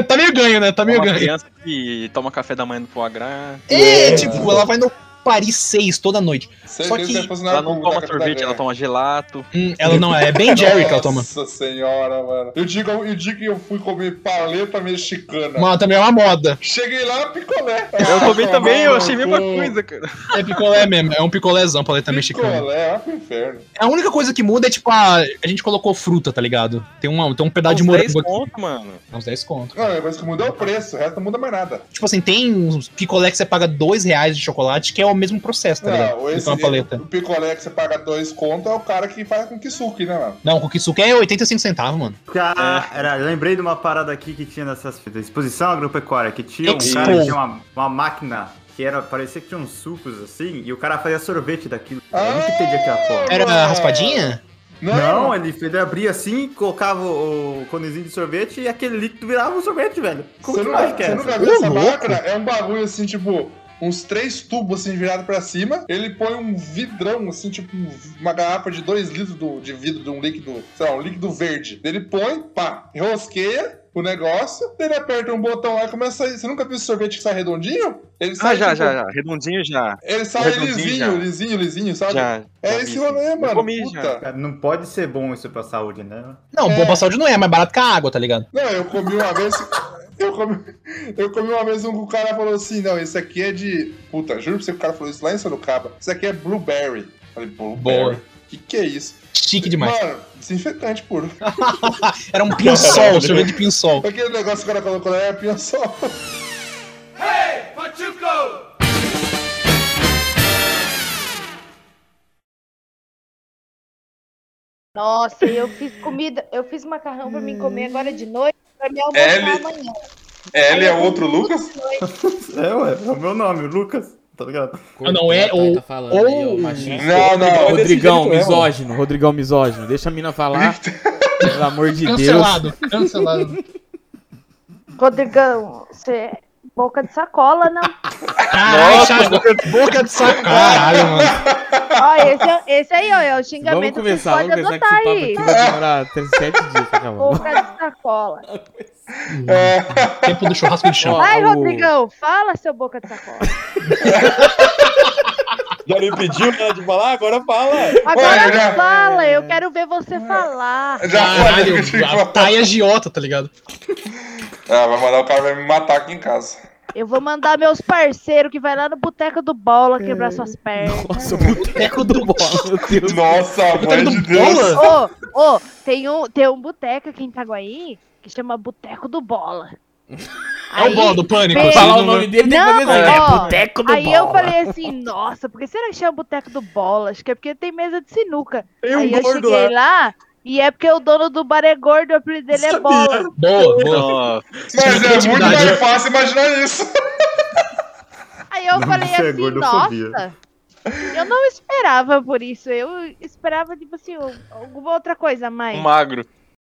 S6: tá meio ganho, né? Tá
S5: É
S6: meio
S5: uma
S6: ganho.
S5: criança que toma café da manhã no foie gras.
S6: É, tipo, ela vai no Paris 6 toda noite.
S7: Certeza
S6: Só
S7: que vai
S6: que...
S7: funcionar
S5: Ela não
S7: público da
S5: toma
S7: Capital
S5: sorvete,
S7: Ganha.
S5: ela toma gelato.
S6: Hum, ela não, é bem Jerry que ela toma.
S7: Nossa senhora, mano. Eu digo, eu digo que eu fui comer paleta mexicana.
S6: Mas também é uma moda.
S7: Cheguei lá, picolé.
S5: É, Eu comi
S7: Ah,
S5: também, eu
S7: mano,
S5: achei a mesma
S7: pô.
S5: coisa, cara.
S6: É picolé mesmo, é um picolézão, paleta mexicana.
S7: Picolé, ó, pro né? É um inferno.
S6: A única coisa que muda é, tipo, a, a gente colocou fruta, tá ligado? Tem, uma, tem um
S7: Tá
S6: pedaço de
S5: Uns
S6: morango
S5: 10
S6: aqui.
S5: conto, mano.
S6: Uns 10 conto.
S7: Não, a coisa que muda é o preço, o resto não muda mais nada.
S6: Tipo assim, tem uns picolé que você paga 2 reais de chocolate, que é o mesmo processo,
S4: Ah,
S6: tá ligado?
S7: Não,
S6: Você
S7: Ah, esse,
S4: é
S6: toma uma paleta.
S7: o picolé que você paga dois conto é o cara que faz com kisuki, né, mano?
S6: Não, o Kisuke é 85 centavos, mano.
S11: Ah, era, lembrei de uma parada aqui que tinha nessas fitas. Exposição agropecuária, que tinha um
S6: Expo.
S11: cara que tinha uma, uma máquina que era, parecia que tinha uns sucos assim, e o cara fazia sorvete daquilo. É Eu nunca entendi aquela porra.
S6: Era raspadinha?
S11: Não, é ele, ele abria assim, colocava o, o conezinho de sorvete e aquele líquido virava um sorvete, velho. Como
S7: Você
S11: que
S7: nunca,
S11: mais que
S7: você
S11: é?
S7: nunca viu essa máquina? É um bagulho assim, tipo, uns três tubos assim virados pra cima. Ele põe um vidrão, assim, tipo, um- uma garrafa de dois litros do- de vidro, de um líquido, sei lá, um líquido verde. Ele põe, pá, rosqueia o negócio, ele aperta um botão lá e começa a sair. Você nunca viu esse sorvete que sai redondinho? Ele
S5: Ah,
S7: sai.
S5: já,
S7: tipo,
S5: já, já. Redondinho já.
S7: Ele sai
S5: Redondinho,
S7: lisinho,
S5: já.
S7: lisinho, lisinho, sabe?
S5: Já,
S7: é
S5: já
S7: esse
S5: vi,
S7: rolê,
S5: sim.
S7: mano.
S5: Comi,
S7: puta.
S5: já.
S11: Cara, Não pode ser bom isso pra saúde, né?
S6: Não, bomba saúde não é, mais barato que a água, tá ligado?
S7: Não, eu comi uma vez. Eu comi, eu comi uma vez um que o cara falou assim: não, isso aqui é de. Puta, juro pra você que o cara falou isso lá em Sorocaba. Isso aqui é blueberry. Eu Falei, blueberry?
S6: Boa.
S7: Que que é isso?
S6: Chique demais.
S7: Mano, desinfetante puro.
S6: Era um pinçol, sorvete de pinçol.
S7: Aquele negócio que o cara colocou lá é pinhaçol.
S9: Nossa, e eu fiz comida, eu fiz macarrão pra mim comer agora de noite, pra me almoçar
S7: Ele-
S9: amanhã.
S7: Ele é outro Lucas?
S11: É, ué, é o meu nome, Lucas, tá ligado?
S6: Não, não
S3: tá-
S6: é o. ou...
S7: Não, é não.
S3: Rodrigão,
S11: desse jeito mesmo.
S3: misógino, Rodrigão, misógino. Deixa a mina falar. Pelo amor de
S6: Cancelado, cancelado.
S9: Rodrigão, você é boca de sacola, não?
S6: Caralho, Thiago, boca de saco. Caralho, mano.
S9: Ó, esse, é- esse aí ó, é o
S3: Deus. Vamos
S9: xingamento
S3: começar,
S9: que
S3: vamos
S9: vocês podem
S3: começar que esse
S9: adotar
S3: papo
S9: aí.
S3: aqui vai demorar até sete dias pra acabar.
S9: Boca de sacola.
S6: Tempo do churrasco de chão.
S9: Vai,
S3: o-
S9: Rodrigão, fala, seu boca de sacola.
S4: Já me pediu ela de falar, agora fala.
S9: Agora
S7: Ué, já-
S9: fala, eu quero ver
S3: É.
S9: você falar.
S7: Já
S5: né?
S7: falei que eu tinha que
S3: né?
S6: Caralho, a
S7: falar.
S6: Thay é agiota, tá ligado?
S7: Ah, vai mandar o cara vai me matar aqui em casa.
S9: Eu vou mandar meus parceiros que vai lá no boteco do Bola quebrar suas
S11: É.
S9: pernas.
S3: Nossa, o boteco do bola, meu Deus.
S7: Nossa, mãe de Deus.
S9: Ô, ô, tem um, tem um boteco aqui em Itaguaí que chama Boteco do Bola.
S6: É o bola do pânico.
S9: Bem-
S6: se ele
S3: Falar o
S6: não-
S3: nome dele tem que
S9: Não,
S3: fazer assim. É
S9: ó,
S3: boteco do
S9: Aí
S3: bola.
S9: eu falei assim, nossa, por que será que chama Boteco do Bola? Acho que é porque tem mesa de sinuca.
S11: Tem um
S9: aí eu
S11: gordo
S9: cheguei lá e é porque o dono do bar é gordo, o apelido dele é Bola.
S6: Boa, boa.
S5: Nossa,
S7: Mas é muito
S6: criatividade, né?
S7: mais fácil imaginar isso.
S9: Aí eu
S11: Não,
S9: falei
S11: isso é
S9: assim,
S11: gordofobia.
S9: nossa, eu não esperava por isso, eu esperava, tipo assim, um- alguma outra coisa a mais.
S5: um magro.